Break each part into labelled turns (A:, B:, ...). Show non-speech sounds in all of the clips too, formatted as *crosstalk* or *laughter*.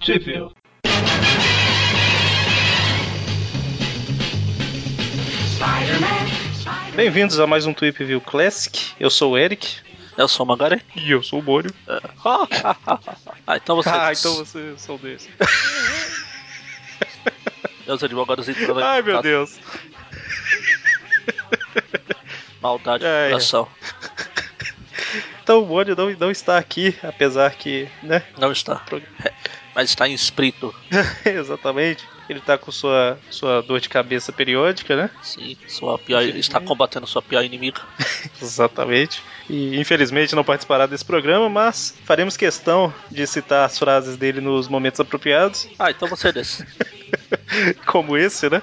A: Sheffield. Bem-vindos a mais um Tweep View Classic. Eu sou o Eric.
B: Eu sou o Magari.
A: E eu sou o Mônio.
B: é? Ah, então você.
A: *laughs* ah, então você são desse.
B: Meus é advogados então entrando
A: Ai, meu Deus.
B: Maldade
A: Ai, é.
B: do coração.
A: Então o Mônio não, não está aqui, apesar que, né? *laughs*
B: Não está.
A: Pro-
B: Mas está em espírito.
A: Exatamente. Ele tá com sua, sua dor de cabeça periódica, né?
B: Sim, sua pior, está combatendo sua pior inimiga.
A: Exatamente. E infelizmente não participará desse programa, mas faremos questão de citar as frases dele nos momentos apropriados,
B: Ah, então você é desse.
A: como esse, né?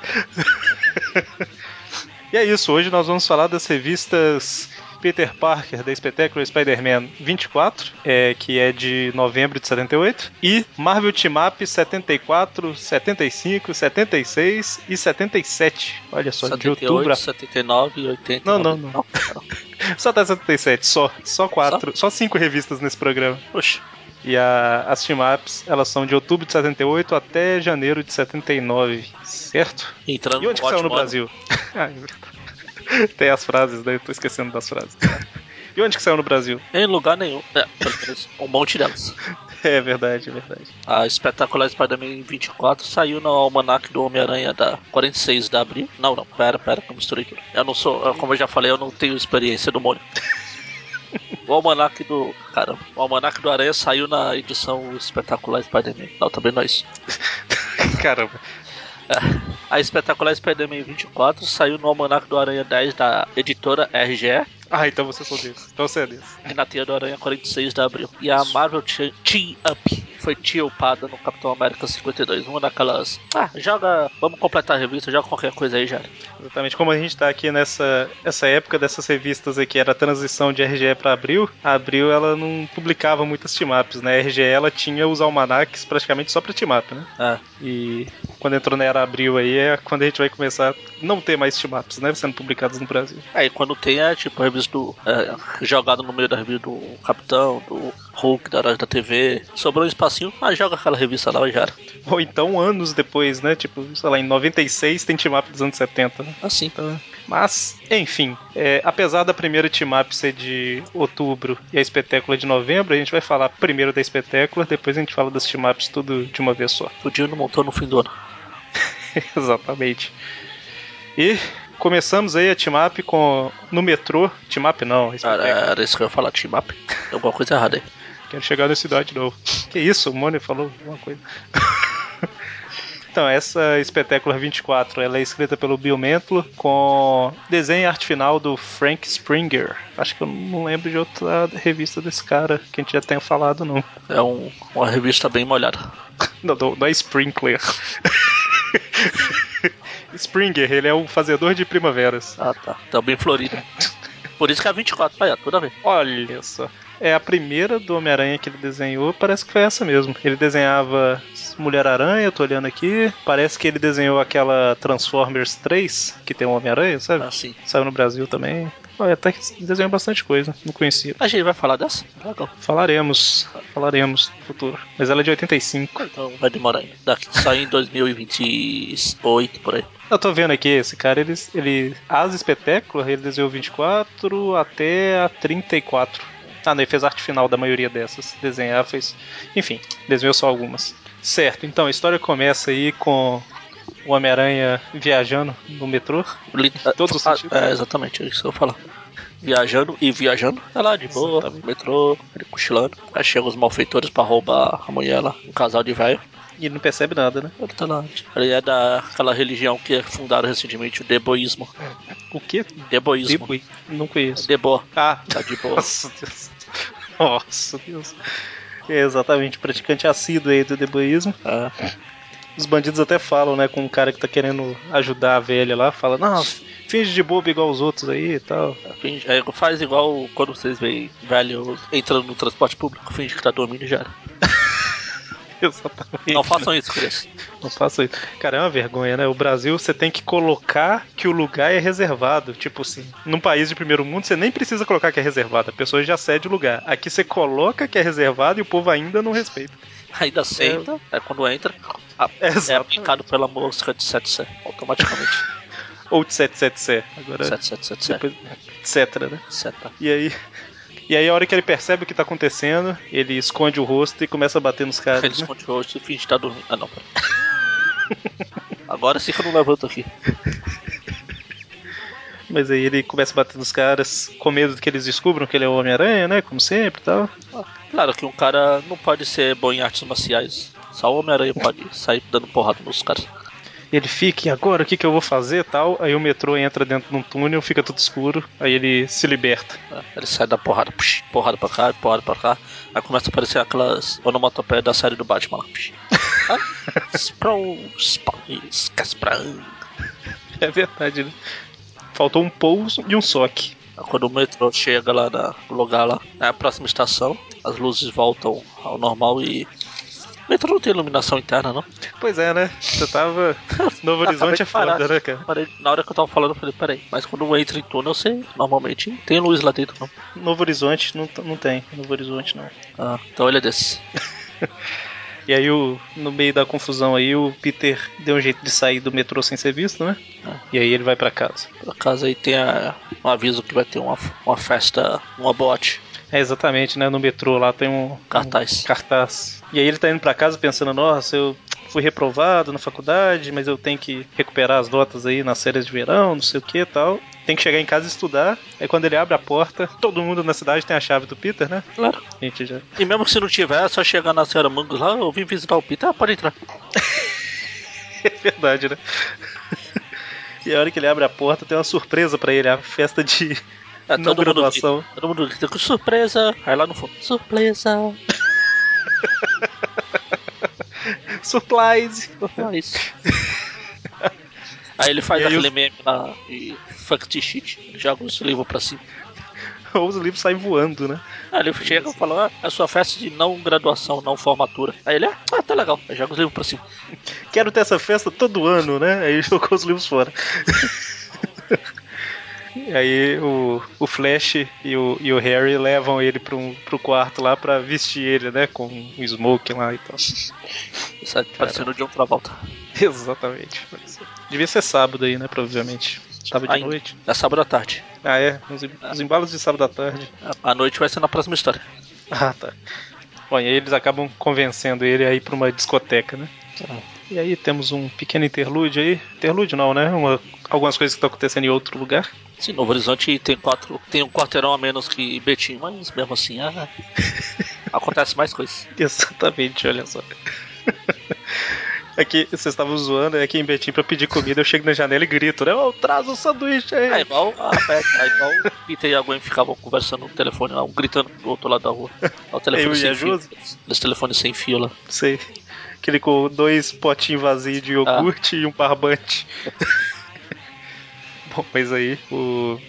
A: *laughs* e é isso, hoje nós vamos falar das revistas Peter Parker, The Spectacular Spider-Man 24, é, que é de novembro de 78, e Marvel Team Up 74, 75, 76 e 77. Olha só, de outubro
B: 78,
A: a
B: 79, 80.
A: Não, não, não. *laughs* Só tá 77, só. Só quatro. Só, cinco revistas nesse programa.
B: Oxe,
A: E a- as team-ups, elas são de outubro de 78 até janeiro de 79, certo?
B: entrando
A: E onde que saiu no
B: ótimo ano.
A: Brasil? *laughs* Ah, é verdade. Tem as frases, né? Eu tô esquecendo das frases. E onde que saiu no Brasil?
B: Em lugar nenhum. É, pelo menos um monte delas.
A: É verdade, é verdade.
B: A espetacular Spider-Man 24 saiu no almanac do Homem-Aranha da 46 da Abril. Não, não, pera, pera, que eu misturei tudo. Eu não sou, eu, como eu já falei, eu não tenho experiência do molho. O almanac do. Caramba, o almanac do Aranha saiu na edição espetacular Spider-Man. Não, também não é isso.
A: *laughs*
B: *laughs*
A: Caramba.
B: A espetacular Spider-Man 24 saiu no almanac do Aranha 10 da editora RGE.
A: Ah, então você sou desse. Então você é desse.
B: E na Teia do Aranha 46 de abril. E a Marvel Team Team Up foi tilpada no Capitão América 52. Uma daquelas. Ah, joga. Vamos completar a revista, joga qualquer coisa aí já.
A: Exatamente. Como a gente tá aqui nessa essa época dessas revistas aqui, era a transição de RGE pra Abril, a Abril ela não publicava muitas team-ups, né? A RGE ela tinha os almanacs praticamente só pra team-up, né?
B: Ah,
A: E quando entrou na era Abril aí é quando a gente vai começar a não ter mais team-ups, né? Sendo publicados no Brasil.
B: aí quando tem é tipo a revista do. É, jogado no meio da revista do Capitão, do Hulk, da Herói da TV. Sobrou um espacinho, ah, joga aquela revista lá e já. era.
A: Ou então anos depois, né? Tipo, sei lá, em 96 tem team-up dos anos 70, né?
B: Assim.
A: Mas, enfim, é, apesar da primeira team-up ser de outubro e a espetácula de novembro, a gente vai falar primeiro da espetácula, depois a gente fala das team-ups tudo de uma vez só. *laughs*
B: O dia não montou no fim do ano.
A: Exatamente. E começamos aí a team-up com. No metrô. Team-up não,
B: Era,
A: espetáculo.
B: era isso que eu ia falar, Team Up. Tem alguma coisa errada aí.
A: Quero chegar na cidade de novo. Que isso, o Mônio falou alguma coisa. *laughs* Então, essa espetácula 24, ela é escrita pelo Bill Mantlo com desenho e arte final do Frank Springer. Acho que eu não lembro de outra revista desse cara que a gente já tenha falado, não.
B: É um- uma revista bem molhada.
A: Não, não, não é Sprinkler. *laughs* Springer, ele é um fazedor de primaveras.
B: Ah, tá. Tá bem florida. Por isso que é 24, aí, ó, tudo a ver.
A: Olha só. É a primeira do Homem-Aranha que ele desenhou, parece que foi essa mesmo. Ele desenhava Mulher-Aranha, eu tô olhando aqui. Parece que ele desenhou aquela Transformers 3, que tem o Homem-Aranha, sabe?
B: Assim.
A: Saiu no Brasil também. Olha, até que desenhou bastante coisa, não conhecia.
B: A gente vai falar dessa? Legal.
A: Falaremos, falaremos no futuro. Mas ela é de 85.
B: Então vai demorar ainda. Daqui sair em 2028, por aí.
A: Eu tô vendo aqui, esse cara, ele. ele as espetáculos, ele desenhou 24 até a 34. Ah, não, ele fez arte final da maioria dessas. Desenhar fez. Enfim, desenhou só algumas. Certo, então a história começa aí com o Homem-Aranha viajando no metrô.
B: Li-
A: Todo
B: ah,
A: sentido.
B: É, exatamente, é isso que eu ia falar. Viajando e viajando. Tá lá de boa,
A: Exatamente.
B: metrô, ele cochilando. Aí chegam os malfeitores pra roubar a mulher lá, um casal de velho.
A: E ele não percebe nada, né?
B: Ele tá lá. Ele é daquela religião que fundaram recentemente, o deboísmo.
A: O quê?
B: Deboísmo.
A: Tipo, não conheço.
B: Deboa.
A: Ah, *laughs*
B: Tá de boa.
A: Nossa Deus. Nossa Deus. É exatamente, praticante assíduo aí do deboísmo.
B: É.
A: Os bandidos até falam, né, com um cara que tá querendo ajudar a velha lá, fala, não, finge de bobo igual os outros aí e tal. *laughs*
B: Finge- é, faz igual quando vocês veem velho entrando no transporte público, finge que tá dormindo e já. era.
A: Exatamente.
B: Não façam isso, crianças.
A: Não façam isso. Cara, é uma vergonha, né? O Brasil, você tem que colocar que o lugar é reservado. Tipo assim, num país de primeiro mundo, você nem precisa colocar que é reservado. A pessoa já cede o lugar. Aqui você coloca que é reservado e o povo ainda não respeita.
B: Ainda aceita, é quando entra, a- é,
A: Exatamente.
B: aplicado pela música de 7C,
A: *laughs*
B: automaticamente.
A: Ou de 777. Agora,
B: 777,
A: depois, etc, né?
B: seta.
A: E aí. *laughs* E aí, a hora que ele percebe o que tá acontecendo, ele esconde o rosto e começa a bater nos caras.
B: Eles
A: né?
B: continuam hoje e finge estar dormindo. Ah, não, pera. *laughs* Agora sim que eu não levanto aqui.
A: Mas aí ele começa a bater nos caras, com medo que eles descubram que ele é o Homem-Aranha, né? Como sempre e tal.
B: Claro que um cara não pode ser bom em artes marciais. Só o Homem-Aranha pode sair dando porrada nos caras.
A: E ele fica, e agora o que, que eu vou fazer tal? Aí o metrô entra dentro de um túnel, fica tudo escuro, aí ele se liberta. *laughs*
B: né? Ele sai da porrada, psh, porrada pra cá, porrada pra cá. Aí começa a aparecer aquelas onomatopeias da série do Batman lá. psh. Ah, *laughs* Sproul, Spawn, Scaspran.
A: É verdade, né? Faltou um pouso e um soque.
B: É Quando o metrô chega lá na- no lugar lá, na próxima estação, as luzes voltam ao normal e. O metrô não tem iluminação interna, não.
A: Pois é, né? Você tava. Novo Horizonte é
B: Acabei de
A: foda,
B: parar.
A: né, cara?
B: Parei- Na hora que eu tava falando, eu falei, peraí, mas quando eu entro em túnel, você normalmente tem luz lá dentro, não.
A: Novo Horizonte não, t- não tem. Novo Horizonte não.
B: Ah, então ele é desse.
A: E aí, o, no meio da confusão aí, o Peter deu um jeito de sair do metrô sem ser visto, né? E aí ele vai pra casa.
B: Por acaso aí tem a- um aviso que vai ter uma, uma festa, uma bote,
A: É exatamente, né? No metrô lá tem um,
B: cartaz.
A: cartaz. E aí ele tá indo pra casa pensando, nossa, eu fui reprovado na faculdade, mas eu tenho que recuperar as notas aí nas séries de verão, não sei o que e tal. Tem que chegar em casa e estudar. Aí quando ele abre a porta, todo mundo na cidade tem a chave do Peter, né?
B: Claro.
A: A gente já. *laughs*
B: E mesmo que se não tiver, é só chegar na senhora Mangos lá, eu vim visitar o Peter, ah, pode entrar.
A: É verdade, né? *laughs* E a hora que ele abre a porta, tem uma surpresa pra ele, a festa de *laughs*
B: É,
A: não graduação.
B: grita, todo mundo grita com surpresa, aí lá no fundo, surpresa,
A: Surprise!
B: é isso. aí ele faz
A: E aí
B: aquele meme lá de fuck this shit, ele joga os livros pra cima.
A: Ou os livros saem voando, né?
B: Aí ele chega e fala, ah, é a sua festa de não graduação, não formatura. Aí ele, ah, tá legal, aí joga os livros pra cima.
A: Quero ter essa festa todo ano, né? Aí ele jogou os livros fora. *laughs* E aí o, o Flash e o, e o Harry levam ele pro, um, pro quarto lá pra vestir ele, né? Com um smoke lá e tal. *laughs*
B: Isso aí parecendo de outra volta.
A: Exatamente. Devia ser sábado aí, né? Provavelmente. Sábado de
B: Ainda.
A: noite.
B: É sábado à tarde.
A: Ah, é. Os, em- os embalos de sábado à tarde. *laughs*
B: A noite vai ser na próxima história.
A: Ah, tá. Bom, e aí eles acabam convencendo ele a ir pra uma discoteca, né? E aí temos um pequeno interlude aí. Interlude não, né? Uma- algumas coisas que estão acontecendo em outro lugar.
B: Sim, Novo Horizonte tem quatro. Tem um quarteirão a menos que Betim, mas mesmo assim ah, *laughs* acontece mais coisas.
A: *laughs* Exatamente, olha só. *laughs* Aqui, vocês estavam zoando, é aqui em Betim pra pedir comida, eu chego na janela e grito, né? Ô, traz um sanduíche
B: É
A: aí!
B: igual
A: *laughs*
B: a Beth, é igual o Peter e a Gwen ficavam conversando no telefone lá, um gritando do outro lado da rua. Olha o telefone
A: Eu e a
B: sem fio.
A: Josi?
B: Esse telefone sem fio lá.
A: Não sei. Aquele com dois potinhos vazios de iogurte e um barbante. *laughs* Bom, mas aí o.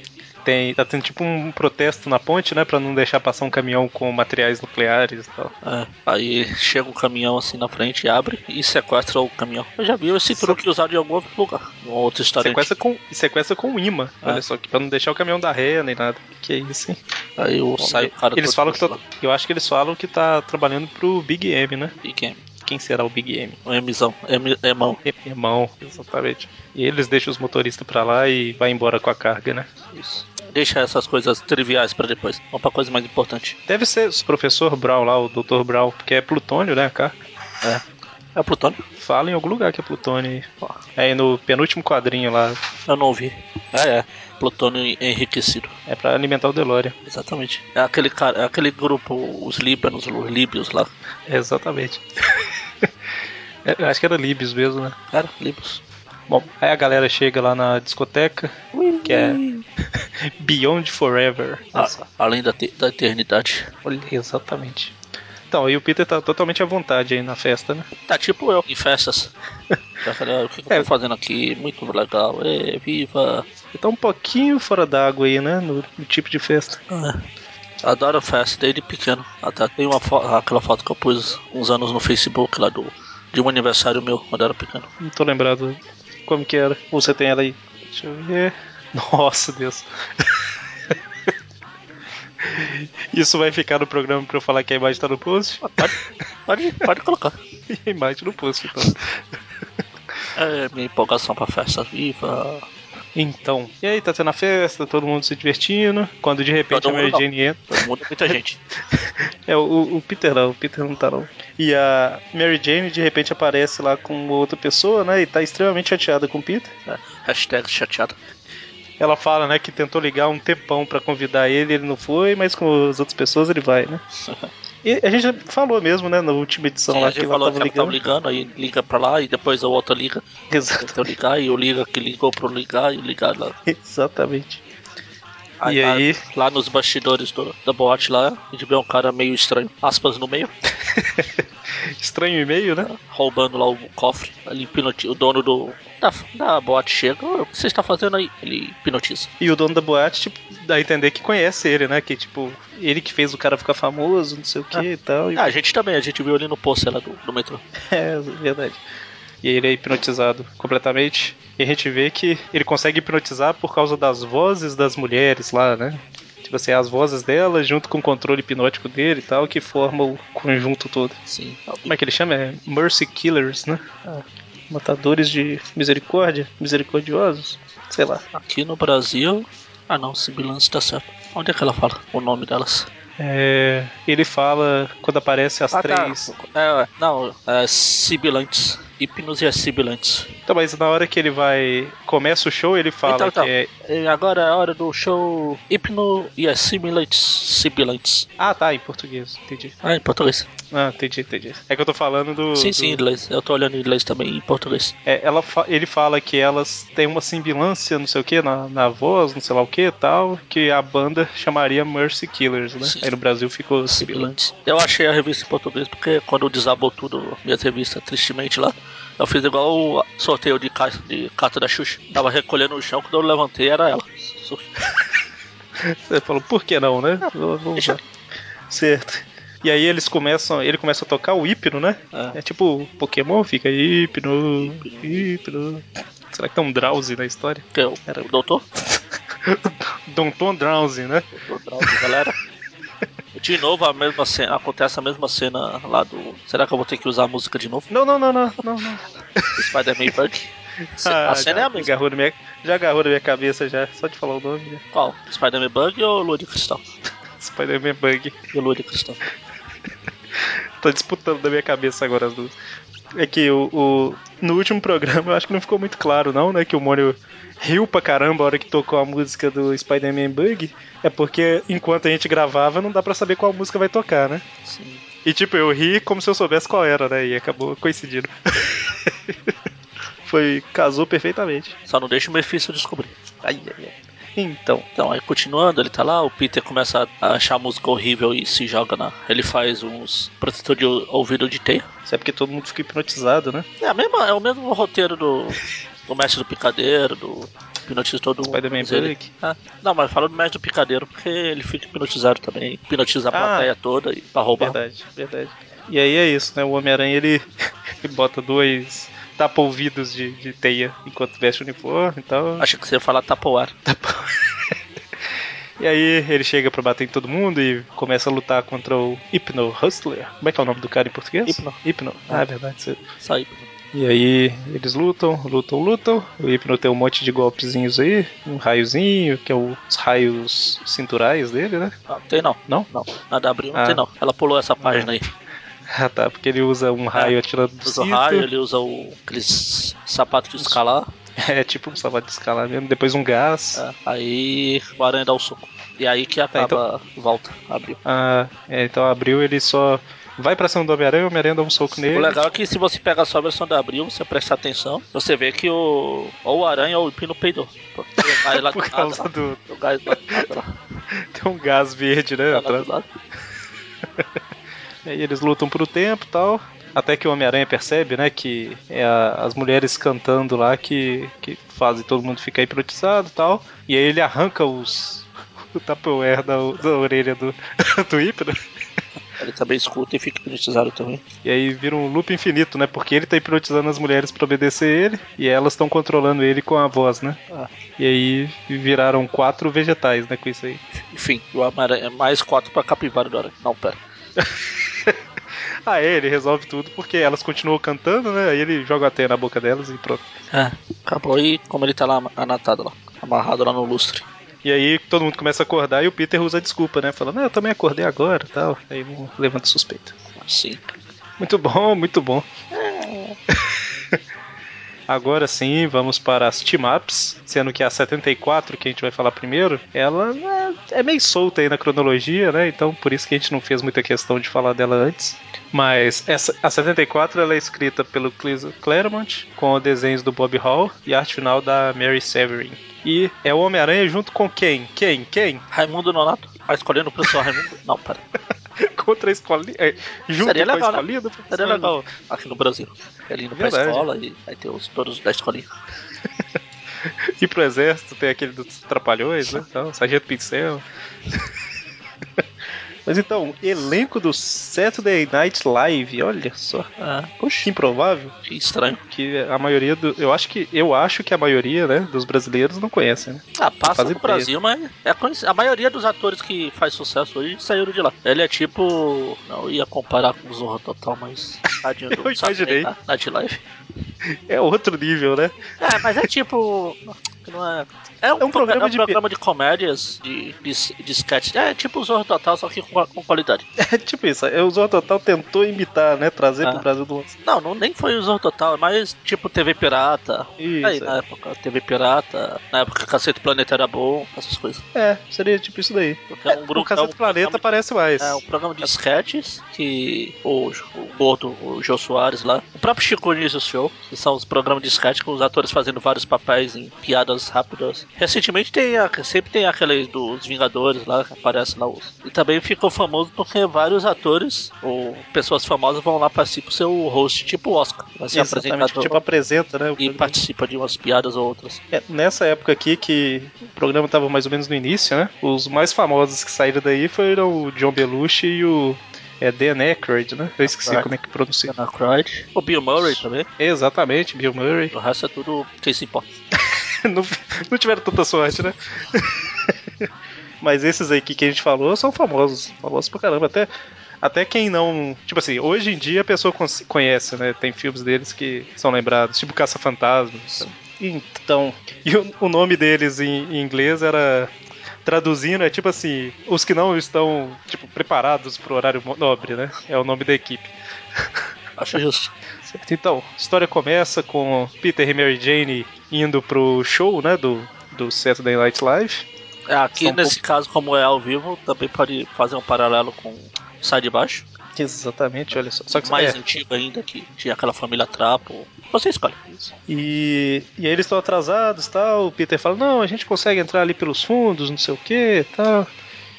A: Tem, tá tendo tipo um protesto na ponte, né? Pra não deixar passar um caminhão com materiais nucleares e tal.
B: É, aí chega um caminhão assim na frente, abre e sequestra o caminhão. Eu já vi esse truque usado em algum outro lugar, em uma outra história.
A: Sequestra com, e sequestra com um imã.
B: Tá, Ah.
A: Olha só, que pra não deixar o caminhão dar ré nem nada. Que isso, hein?
B: Aí eu saio o cara
A: eles
B: todo
A: falam que tá,
B: lá.
A: eu acho que eles falam que tá trabalhando pro Big M, né?
B: Big M.
A: Quem será o Big M?
B: Um Mzão, M, Mão.
A: Irmão, exatamente. E eles deixam os motoristas pra lá e vai embora com a carga, né?
B: Isso. Deixa essas coisas triviais pra depois. Vamos pra coisa mais importante.
A: Deve ser o professor Brown lá, o Dr. Brown, porque é plutônio, né, cara?
B: É o Plutônio?
A: Fala em algum lugar que é plutônio aí. Aí no penúltimo quadrinho lá,
B: Eu não ouvi. É, é. Plutônio enriquecido.
A: é pra alimentar o DeLorean.
B: Exatamente. É aquele cara, é aquele grupo, os líbanos, os líbios lá.
A: É, exatamente. *laughs* É, eu acho que era Libis mesmo, né?
B: Cara, líbios.
A: Bom, aí a galera chega lá na discoteca, que é *laughs* Beyond Forever.
B: Ah, além da, te- da eternidade.
A: Olha, exatamente. Então, e o Peter tá totalmente à vontade aí na festa, né?
B: Tá tipo eu, em festas. Eu falei, ah, o que, que eu tô fazendo aqui? Muito legal. É, viva.
A: Ele tá um pouquinho fora d'água aí, né? No, no tipo de festa.
B: Ah, Adoro festa desde pequeno. Até tem uma fo aquela foto que eu pus uns anos no Facebook lá do de um aniversário meu quando eu era pequeno.
A: Não tô lembrado como que era. Ou Você tem ela aí? Deixa eu ver. *laughs* Nossa, Deus. *laughs* Isso vai ficar no programa pra eu falar que a imagem tá no post? *laughs*
B: Ah, Pode, pode, pode colocar.
A: E a imagem no post, então.
B: É minha empolgação pra festa viva.
A: Então, e aí, tá tendo a festa, todo mundo se divertindo, quando de repente
B: Todo
A: a Mary
B: mundo não.
A: Jane entra.
B: Todo mundo, muita gente.
A: É, o, o Peter não, o Peter não tá não. E a Mary Jane de repente aparece lá com outra pessoa, né, e tá extremamente chateada com o Peter.
B: É, hashtag *laughs* chateado.
A: Ela fala, né, que tentou ligar um tempão pra convidar ele, ele não foi, mas com as outras pessoas ele vai, né. E a gente já falou mesmo, né, na última edição
B: Sim,
A: lá
B: É, a
A: que
B: gente
A: ela
B: falou
A: tava
B: que ela tava
A: ligando.
B: ligando, aí liga pra lá e depois a outra liga.
A: Exato, *laughs*
B: Tentou ligar e eu liga que ligou pro ligar e ligar lá.
A: exatamente.
B: Aí,
A: E aí?
B: Lá, lá nos bastidores do, da boate lá, a gente vê um cara meio estranho, aspas no meio,
A: *laughs* Estranho e-mail, né?
B: roubando lá o cofre. Ele hipnoti- o dono do da, da boate chega, "Ô, o que você está fazendo aí? Ele hipnotiza.
A: E o dono da boate, tipo, dá a entender que conhece ele, né? Que, tipo, ele que fez o cara ficar famoso, não sei o que e tal. E...
B: Ah, a gente também, a gente viu ali no pôster lá do, do metrô.
A: *laughs* É, verdade. E aí ele é hipnotizado completamente. E a gente vê que ele consegue hipnotizar por causa das vozes das mulheres lá, né? Tipo assim, as vozes delas, junto com o controle hipnótico dele e tal, que forma o conjunto todo.
B: Sim.
A: Como é que ele chama? É Mercy Killers, né?
B: Ah.
A: Matadores de misericórdia? Misericordiosos? Sei lá.
B: Aqui no Brasil. Ah não, Sibilance tá certo. Onde é que ela fala o nome delas?
A: É, ele fala quando aparece as
B: Ah, tá.
A: três.
B: É, não, é Sibilantes. Hipnos e as Sibilantes.
A: Então, mas na hora que ele vai. Começa o show, ele fala
B: Então, então.
A: que é.
B: E agora é a hora do show Hipno e as Sibilantes. Sibilantes.
A: Ah, tá, em português. Entendi.
B: Ah, em português.
A: Ah, entendi, entendi. É que eu tô falando do.
B: Sim,
A: do-
B: sim, em inglês. Eu tô olhando em inglês também, em português.
A: É, ela fa- Ele fala que elas têm uma simbilância, não sei o que, na, na voz, não sei lá o que tal, que a banda chamaria Mercy Killers, né?
B: Sim.
A: Aí no Brasil ficou simbilância.
B: Sibilantes. Eu achei a revista em português porque quando desabou tudo, minha revista, tristemente lá, eu fiz igual o sorteio de, ca... de carta da Xuxa. Tava recolhendo no chão, quando eu levantei era ela. Su-
A: Você falou, por que não, né? Vou- vou
B: Ah, deixa-
A: usar. Certo. E aí eles começam, ele começa a tocar o hipno, né?
B: É.
A: É tipo Pokémon, fica hipno, hipno. Será que tem um Drowsy na história? *laughs*
B: Que eu,
A: Era-
B: o doutor?
A: Donton Drowsy, né?
B: O Drauzio, galera. De novo a mesma cena, acontece a mesma cena lá do. Será que eu vou ter que usar a música de novo?
A: Não, não, não, não, não, não.
B: Spider-Man
A: *laughs*
B: Bug?
A: Ah,
B: a cena é
A: já
B: a mesma.
A: Agarrou na minha, já agarrou na minha cabeça já, só de falar o nome, né?
B: Qual? Spider-Man Bug ou Lua de Cristal?
A: Spider-Man é Bug.
B: E Lua de Cristal.
A: Tá disputando da minha cabeça agora as duas. É que o, o- no último programa eu acho que não ficou muito claro, não, né? Que o Mônio riu pra caramba a hora que tocou a música do Spider-Man Bug. É porque enquanto a gente gravava não dá pra saber qual música vai tocar, né?
B: Sim.
A: E tipo, eu ri como se eu soubesse qual era, né? E acabou coincidindo. *laughs* Foi. casou perfeitamente.
B: Só não deixa o Mephisto descobrir.
A: Ai, ai, ai. Então.
B: Então, aí continuando, ele tá lá, o Peter começa a achar a música horrível e se joga na. Ele faz uns protetor de ou- ouvido de teia.
A: Isso é porque todo mundo fica hipnotizado, né?
B: É, a mesma, é o mesmo roteiro do, do Mestre do Picadeiro, do hipnotista todo mundo.
A: Spider-Man
B: mas ele-
A: Bug.
B: Ah, não, mas fala do Mestre do Picadeiro porque ele fica hipnotizado também. Hipnotiza a
A: Ah.
B: plateia toda e pra roubar.
A: Verdade, verdade. E aí é isso, né? O Homem-Aranha ele, *laughs* ele bota dois tapa-ouvidos de, de teia enquanto veste o uniforme e tal.
B: Acho que você ia falar tá tapoar.
A: *laughs* E aí ele chega pra bater em todo mundo e começa a lutar contra o Hypno Hustler. Como é que é o nome do cara em português?
B: Hypno.
A: Hypno. Ah, é verdade. você-
B: Sai.
A: E aí eles lutam, lutam, lutam. O Hypno tem um monte de golpezinhos aí. Um raiozinho, que é o- os raios cinturais dele, né?
B: Ah, Não, tem não.
A: Não?
B: Não. Nada abriu, não
A: Ah.
B: tem não. Ela pulou essa página aí.
A: Ah tá, porque ele usa um raio atirando do
B: É, Usa o
A: cinto.
B: raio, ele usa o, aqueles sapatos de escalar.
A: *laughs* É tipo um salvado de escalar mesmo. Depois um gás.
B: É, aí o aranha dá o soco. E aí que
A: Tá,
B: acaba, volta, abriu.
A: Ah, é, então abriu, ele só vai pra cima do Homem-Aranha, o Homem-Aranha dá um soco nele.
B: O legal é que se você pegar só a versão da abril, você prestar atenção, você vê que o ou o aranha ou o pino peidou. Porque o gás lá
A: *laughs* *laughs*
B: do
A: Por
B: lado,
A: causa
B: tá lá,
A: do.
B: o gás lá
A: *laughs*
B: do lado, lá,
A: Tem um gás verde, né?
B: Tá lá do
A: atrás.
B: lado.
A: Aí eles lutam por um tempo e tal. Até que o Homem-Aranha percebe, né? Que é a- as mulheres cantando lá que, que fazem todo mundo ficar hipnotizado e tal. E aí ele arranca os. *laughs* o Tupperware da, da orelha do, *laughs* do Hipno.
B: Ele também escuta e fica hipnotizado também.
A: E aí vira um loop infinito, né? Porque ele tá hipnotizando as mulheres pra obedecer ele e elas estão controlando ele com a voz, né?
B: Ah.
A: E aí viraram quatro vegetais, né? Com isso aí.
B: Enfim, o Homem-Aranha é mais quatro pra capivara do Aranha. Não, pera.
A: Ah, é, ele resolve tudo porque elas continuam cantando, né? Aí ele joga a teia na boca delas e pronto.
B: É, acabou e como ele tá lá anatado lá, amarrado lá no lustre.
A: E aí todo mundo começa a acordar e o Peter usa a desculpa, né? Falando, ah, eu também acordei agora e tal. Aí não levanta suspeita.
B: Sim.
A: Muito bom, muito bom.
B: É.
A: Agora sim, vamos para as team-ups, sendo que a 74, que a gente vai falar primeiro, ela é, é meio solta aí na cronologia, né? Então por isso que a gente não fez muita questão de falar dela antes. Mas essa, a 74 ela é escrita pelo Clis- Claremont, com desenhos do Bob Hall e arte final da Mary Severin. E é o Homem-Aranha junto com quem? Quem? Quem? *laughs*
B: Raimundo Nonato, ah, escolhendo o professor Raimundo? Não, pera.
A: Contra a escolinha. é, Junto
B: Seria
A: com
B: legal,
A: a
B: né?
A: escolinha do
B: Seria
A: professor.
B: legal aqui no Brasil. Ele indo pra
A: Verdade.
B: escola e aí tem os todos da escolinha.
A: E pro exército tem aquele dos Trapalhões, né? Então, Sargento Pincel. *laughs* Mas então, elenco do Saturday Night Live, olha só.
B: Ah,
A: Poxa, que improvável
B: que estranho.
A: que a maioria do. Eu acho que. Eu acho que a maioria, né, dos brasileiros não conhecem, né?
B: Ah, passa
A: Faz
B: no
A: ideia.
B: Brasil, mas é conhecido. a maioria dos atores que faz sucesso hoje saíram de lá. Ele é tipo. Não ia comparar com o Zorra Total, mas. Tadinho *laughs* do
A: Eu imaginei.
B: Saturday Night Live.
A: É outro nível, né? *laughs*
B: É, mas é tipo. Não é, é, um,
A: É um programa
B: programa,
A: de
B: de, programa de comédias, de, de, de sketch. É tipo o Zorro Total, só que com, com qualidade.
A: É tipo isso. O Zorro Total tentou imitar, né? Trazer
B: Ah.
A: pro Brasil do lance.
B: Não, não nem foi o Zorro Total, mas tipo TV Pirata.
A: Isso.
B: Aí, né? na época, TV Pirata, na época Cacete Planeta era bom, essas coisas.
A: É, seria tipo isso daí.
B: Porque *laughs*
A: É, *laughs* o Caça
B: é um
A: do Planeta
B: programa-
A: parece mais.
B: É um programa de sketches que o, o Gordo, o Jô Soares lá, o próprio Chico Anísio Show, que são os programas de sketch com os atores fazendo vários papéis em piadas rápidas. Recentemente tem a, sempre tem aquele dos Vingadores lá, que aparece lá. Os, e também ficou famoso porque vários atores ou pessoas famosas vão lá participar do seu host, tipo o Oscar, que vai ser
A: Exatamente,
B: apresentador.
A: tipo apresenta, né? o
B: E
A: programa.
B: participa de umas piadas ou outras.
A: É, nessa época aqui que o programa tava mais ou menos no início, né? Os mais famosos que saíram daí foram o John Belushi e o é, Dan Aykroyd, né? Eu esqueci
B: Aykroyd.
A: como é que pronuncia.
B: Dana Croyd. O Bill Murray também.
A: Exatamente, Bill Murray. *laughs*
B: O resto é tudo quem se importa.
A: não, não tiveram tanta sorte, né? *laughs* Mas esses aí que que a gente falou são famosos, famosos pra caramba. Até, até quem não. Tipo assim, hoje em dia a pessoa cons- conhece, né? Tem filmes deles que são lembrados, tipo Caça-Fantasmas. Então. E o, o nome deles em, em inglês era. Traduzindo, é tipo assim: os que não estão tipo, preparados pro horário mo- nobre, né? É o nome da equipe.
B: Acho justo.
A: Certo, então, a história começa com Peter e Mary Jane indo pro show, né, do, do Saturday Night Live.
B: É, aqui
A: São
B: nesse caso, como é ao vivo, também pode fazer um paralelo com Sai de Baixo.
A: Exatamente, olha só. Só que
B: mais
A: é,
B: antigo ainda, que tinha aquela família Trapo. Você escolhe.
A: e, e aí eles estão atrasados, tal. O Peter fala: "Não, a gente consegue entrar ali pelos fundos, não sei o quê", tal.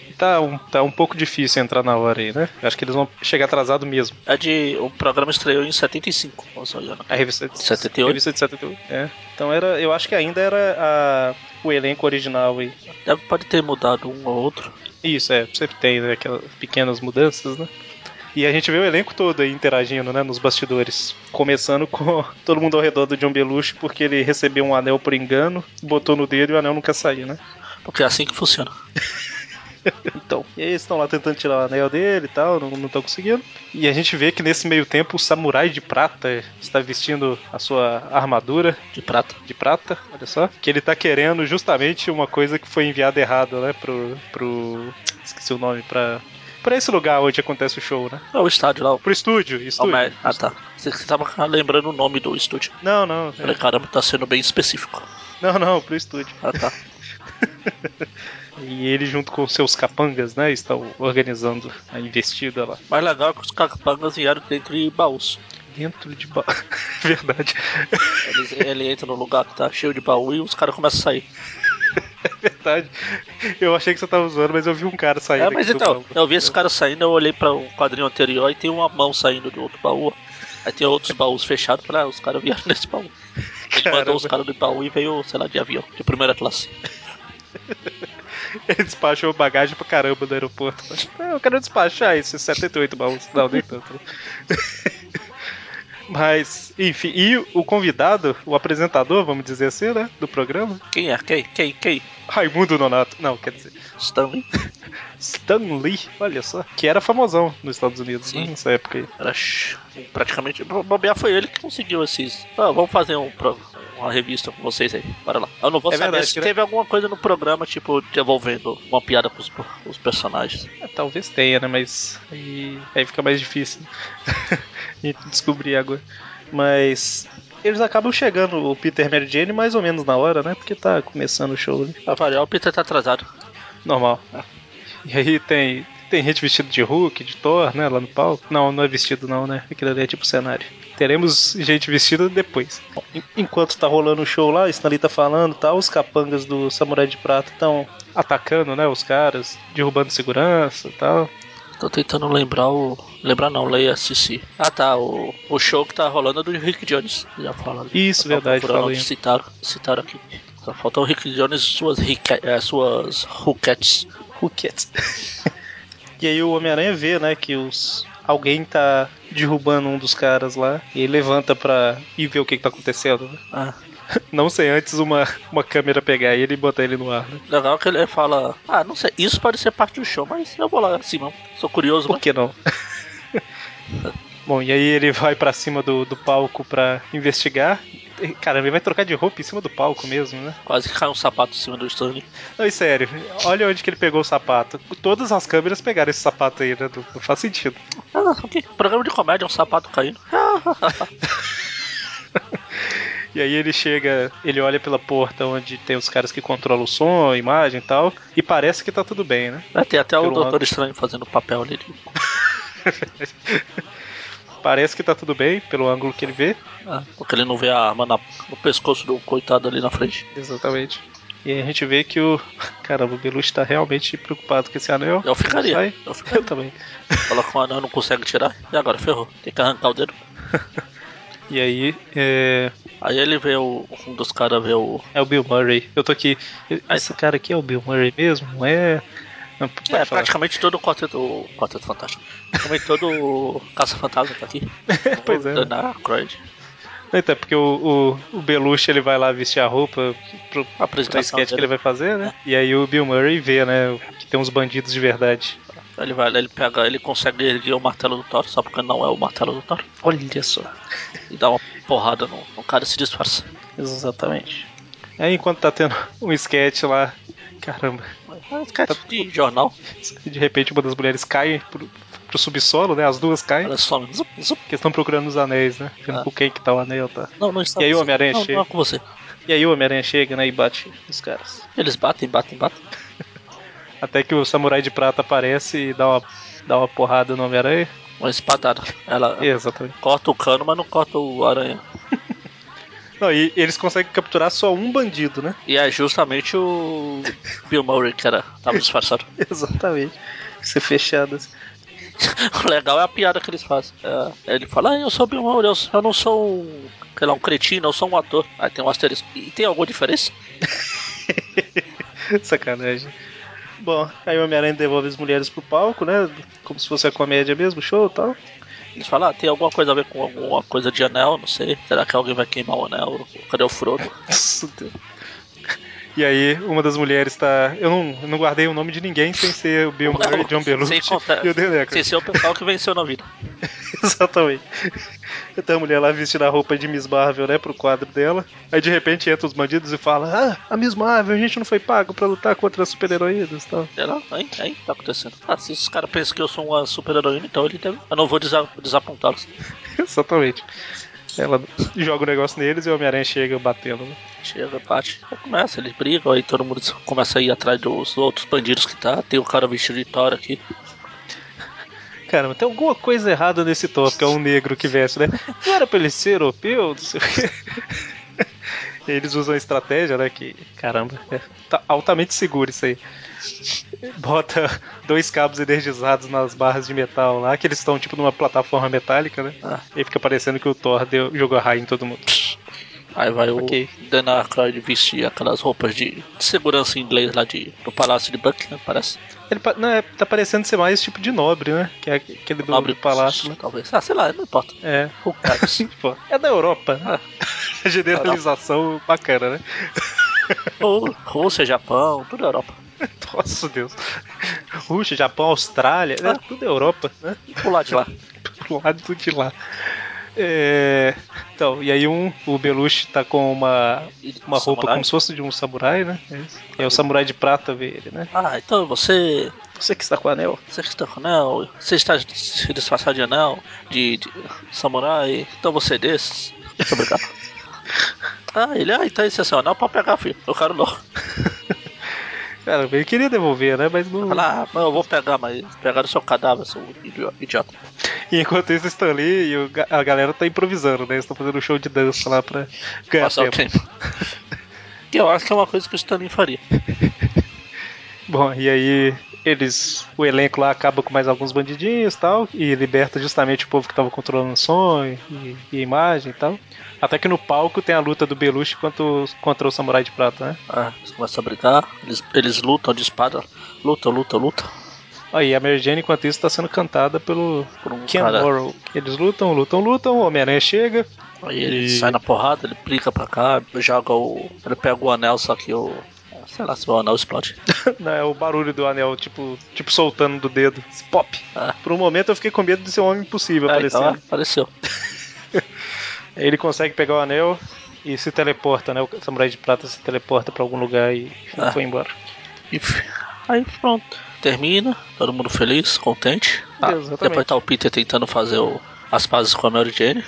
A: E Tá um, tá um pouco difícil entrar na hora aí, né? Eu acho que eles vão chegar atrasado mesmo.
B: É de. O programa estreou em 75, ou seja, né?
A: A revista de
B: 78.
A: Revista de 78. É. Então era, eu acho que ainda era a- o elenco original aí.
B: Deve, pode ter mudado um ou outro.
A: Isso, é, sempre tem, né, aquelas pequenas mudanças, né? E a gente vê o elenco todo aí interagindo, né, nos bastidores. Começando com *laughs* todo mundo ao redor do John Belushi, porque ele recebeu um anel por engano, botou no dedo e o anel nunca saiu, né?
B: Porque é assim que funciona.
A: Então, e aí eles estão lá tentando tirar o anel dele e tal, não estão conseguindo. E a gente vê que nesse meio tempo o samurai de prata está vestindo a sua armadura
B: De prata.
A: de prata, olha só. Que ele tá querendo justamente uma coisa que foi enviada errado, né? Pro. pro esqueci o nome, pra. Pra esse lugar onde acontece o show, né?
B: É o estádio lá. o-
A: Pro estúdio, estúdio.
B: Ah, mas- ah, tá. Você você tava lembrando o nome do estúdio.
A: Não, não, é,
B: Falei, caramba, tá sendo bem específico.
A: não, não, pro estúdio.
B: Ah, *laughs* tá.
A: E ele, junto com seus capangas, né, estão organizando a investida lá.
B: Mais legal é que os capangas vieram dentro de baús.
A: Dentro de. Ba... *laughs* Verdade. *laughs*
B: Eles, ele entra no lugar que tá cheio de baú e os caras começam a sair.
A: Verdade. Eu achei que você tava zoando, mas eu vi um cara saindo.
B: É, mas
A: aqui do
B: então,
A: palco.
B: eu vi esse cara saindo, eu olhei para o quadrinho anterior e tem uma mão saindo do outro baú. Aí tem outros baús fechados, falei, ah, os caras vieram *laughs* nesse baú. Ele
A: Caramba.
B: mandou os caras do baú e veio, sei lá, de avião, de primeira classe.
A: Ele *laughs* despachou bagagem pra caramba do aeroporto. Ah, Eu quero despachar esses 78 baús. Não, nem tanto. né? *laughs* Mas, enfim, e o convidado, o apresentador, vamos dizer assim, né? Do programa,
B: Quem é? Quem? Quem? Quem?
A: Raimundo Nonato. Não, quer dizer,
B: Stanley?
A: Stan Lee, olha só. Que era famosão nos Estados Unidos né,
B: Sim.
A: nessa época aí.
B: Era ch- praticamente. bo- Bobear foi ele que conseguiu esses. Ah, vamos fazer um pro- uma revista com vocês aí. Bora lá. Eu não vou
A: É
B: saber
A: verdade,
B: se
A: que-
B: teve alguma coisa no programa, tipo, devolvendo uma piada pros, pros personagens.
A: É, talvez tenha, né? Mas aí, aí fica mais difícil *laughs* a gente descobrir agora. Mas eles acabam chegando, o Peter e Mary Jane, mais ou menos na hora, né? Porque tá começando o show ali.
B: Pra variar, o Peter tá atrasado.
A: Normal. E aí tem, tem gente vestida de Hulk, de Thor, né? Lá no palco. Não, não é vestido não, né? Aquilo ali é tipo cenário. Teremos gente vestida depois. Bom, en- enquanto tá rolando o show lá, o Stanley tá falando e tal, os capangas do Samurai de Prata estão atacando, né? Os caras, derrubando segurança e tal.
B: Tô tentando lembrar o. Lembrar não, leia assistir. Ah tá, o, o show que tá rolando é do Rick Jones. Já falaram.
A: Isso,
B: Só tô
A: verdade,
B: procurando
A: fala
B: onde
A: aí.
B: Citaram, citaram aqui. Só faltou o Rick Jones e suas, rique- eh, suas Rookettes.
A: Hulkets. *laughs* e aí o Homem-Aranha vê, né, que os. Alguém tá derrubando um dos caras lá e ele levanta pra ir ver o que, que tá acontecendo. né?
B: Ah,
A: Não sem antes uma, uma câmera pegar ele e botar ele no ar, né?
B: legal que ele fala. Ah, não sei, isso pode ser parte do show, mas eu vou lá assim mesmo. Sou curioso,
A: Por
B: mas
A: que não? Bom, e aí ele vai pra cima do, do palco pra investigar. E, Caramba, ele vai trocar de roupa em cima do palco mesmo, né?
B: quase cai um sapato em cima do Stanley.
A: Não, e sério, olha onde que ele pegou o sapato. Todas as câmeras pegaram esse sapato aí, né? Não, não faz sentido.
B: Ah, ok. Programa de comédia, um sapato caindo. Ah,
A: E aí ele chega, ele olha pela porta onde tem os caras que controlam o som, a imagem e tal, e parece que tá tudo bem, né?
B: Vai ter até o
A: Pelo
B: Doutor
A: lado.
B: Estranho fazendo o papel ali. de-
A: Parece que tá tudo bem pelo ângulo que ele vê.
B: Ah, porque ele não vê a arma na- no pescoço do coitado ali na frente.
A: Exatamente. E aí a gente vê que o. *laughs* Caramba, o Belushi tá realmente preocupado com esse anel.
B: Eu ficaria.
A: Sai.
B: Eu ficaria.
A: Eu também.
B: Coloca um anel, não consegue tirar. E agora, ferrou. Tem que arrancar o dedo.
A: E aí é,
B: Aí ele vê o. Um dos caras vê o.
A: é o Bill Murray. Eu tô aqui. Esse cara aqui é o Bill Murray mesmo? Não é. Não, pode
B: é,
A: falar.
B: praticamente todo o quarteto. O quarteto fantástico. Praticamente todo o Caça-Fantasma tá aqui.
A: *laughs* Pois é.
B: O Dana Croyd.
A: Então, porque o, o, o Belushi ele vai lá vestir a roupa pro,
B: A
A: pra
B: apresentação.
A: sketch que
B: Dele. É.
A: ele vai fazer, né? E aí o Bill Murray vê, né? Que tem uns bandidos de verdade.
B: Ele vai lá, ele pega. Ele consegue erguer o martelo do Thor, só porque não é o martelo do Thor.
A: Olha só.
B: E dá uma porrada no, no cara e se disfarça.
A: Exatamente. Aí enquanto tá tendo *laughs* um sketch lá. Caramba.
B: É um sketch de jornal.
A: De repente uma das mulheres cai pro, pro subsolo, né? As duas caem.
B: Ela some. Zup, zup.
A: Porque estão procurando os anéis, né? Vendo
B: Ah.
A: com quem que tá o anel, tá?
B: Não, não está.
A: E aí o Homem-Aranha
B: não,
A: chega.
B: não é com você.
A: E aí o Homem-Aranha chega, né? E bate nos caras.
B: Eles batem, batem, batem.
A: Até que o samurai de prata aparece e dá uma, dá uma porrada no Homem-Aranha.
B: Uma espadada. Ela
A: Exatamente.
B: corta o cano, mas não corta o aranha.
A: Não, e eles conseguem capturar só um bandido, né? *laughs*
B: E é justamente o Bill Murray que era, tava disfarçado. *laughs*
A: Exatamente. é Ser fechadas.
B: O legal é a piada que eles fazem. É, ele fala, ah, eu sou o Bill Murray, eu, sou- eu não sou um, sei lá, um cretino, eu sou um ator. Aí tem um asterisco. E tem alguma diferença?
A: *laughs* Sacanagem. Bom, aí o Homem-Aranha devolve as mulheres pro palco, né? Como se fosse a comédia mesmo, show e tal.
B: Eles falam, ah, tem alguma coisa a ver com alguma coisa de anel, não sei. Será que alguém vai queimar o anel? Cadê o Frodo?
A: *laughs* E aí, uma das mulheres tá. Eu não, eu não guardei o nome de ninguém sem ser o Bill Murray, John um Belushi
B: Sem contar-
A: e o The Decker.
B: Sim, esse é o pessoal que venceu na vida.
A: *laughs* Exatamente. Então a mulher lá vestindo a roupa de Miss Marvel, né, pro quadro dela. Aí de repente entra os bandidos e fala: Ah, a Miss Marvel, a gente não foi pago pra lutar contra as super-heroínas e tal. *laughs*
B: Sei lá, hein? Hein? Tá acontecendo. Ah, se os caras pensam que eu sou uma super heroína, então ele deve... eu não vou desa- desapontá-los.
A: Exatamente. Ela joga o negócio neles e o Homem-Aranha chega batendo. né?
B: Chega, bate, começa, eles brigam, aí todo mundo começa a ir atrás dos outros bandidos que tá. Tem o cara vestido de Thor aqui.
A: Caramba, tem alguma coisa errada nesse tópico, é um negro que veste, né? Não era pra ele ser europeu? Não sei o quê. *laughs* E Eles usam a estratégia, né? Que, caramba, é tá altamente seguro isso aí. Bota dois cabos energizados nas barras de metal lá, que eles estão tipo numa plataforma metálica, né?
B: Ah.
A: E fica parecendo que o Thor deu, jogou raio em todo mundo.
B: Aí vai
A: Ok.
B: o Dan Aykroyd vestir aquelas roupas de de segurança inglês lá de, do Palácio de Buckingham, né, parece.
A: Ele pa- não, é, tá parecendo ser mais tipo de nobre, né? Que é aquele do, do palácio. Né?
B: Talvez. Ah, sei lá, não importa.
A: É.
B: Who
A: *laughs*
B: cares?
A: Tipo, é da Europa. *laughs* né? Generalização bacana, né?
B: Ou Rússia, Japão, tudo Europa.
A: Nossa Deus. Rússia, Japão, Austrália, né?
B: Ah.
A: tudo Europa, né?
B: Por lá de lá.
A: Pro lado de lá. É, Então, e aí um, o Belushi tá com uma, uma roupa
B: Samurai.
A: como se fosse de um samurai, né? É isso. É o samurai de prata vê ele, né?
B: Ah, então você.
A: Você que está com o anel.
B: Você que está com anel. Você está se disfarçado de anel, de, de samurai. Então você desce. Deixa
A: *laughs*
B: eu brincar. Ah, ele, ah, então esse é seu anel pra pegar, filho. Eu quero não.
A: Cara, ele queria devolver, né? Mas não.
B: Fala, ah, não, eu vou pegar, mas pegar o seu cadáver, seu idio- idiota.
A: E enquanto isso, estão ali e o ga- a galera tá improvisando, né? Eles estão fazendo um show de dança lá pra ganhar
B: Passar o
A: é tempo.
B: tempo. *laughs* Que eu acho que é uma coisa que o Stanley faria.
A: Bom, e aí eles. O elenco lá acaba com mais alguns bandidinhos e tal. E liberta justamente o povo que tava controlando o som e, e a imagem e tal. Até que no palco tem a luta do Belushi contra, o- contra o Samurai de Prata, né?
B: Ah, eles começam a brigar, eles, eles lutam de espada, lutam, lutam, lutam.
A: Aí a Mary Jane, enquanto isso, tá sendo cantada pelo
B: Por um
A: Ken
B: cara.
A: Morrow. Eles lutam, lutam, lutam. O Homem-Aranha chega. *laughs*
B: Aí ele
A: E-
B: sai na porrada, ele plica pra cá, joga o. Ele pega o anel, só que o. Sei lá se o
A: *laughs*
B: anel explode.
A: Não, é o barulho do anel, tipo, tipo soltando do dedo. Esse Pop!
B: Ah.
A: Por um momento eu fiquei com medo de ser um homem impossível
B: Ah,
A: aparecendo.
B: então, ah, apareceu.
A: Aí Ele consegue pegar o anel e se teleporta, né? O samurai de prata se teleporta pra algum lugar e
B: Ah.
A: foi embora.
B: Enfim, aí pronto. Termina, todo mundo feliz, contente. Ah,
A: Exatamente.
B: depois tá o Peter tentando fazer o- as pazes com a Mary Jane.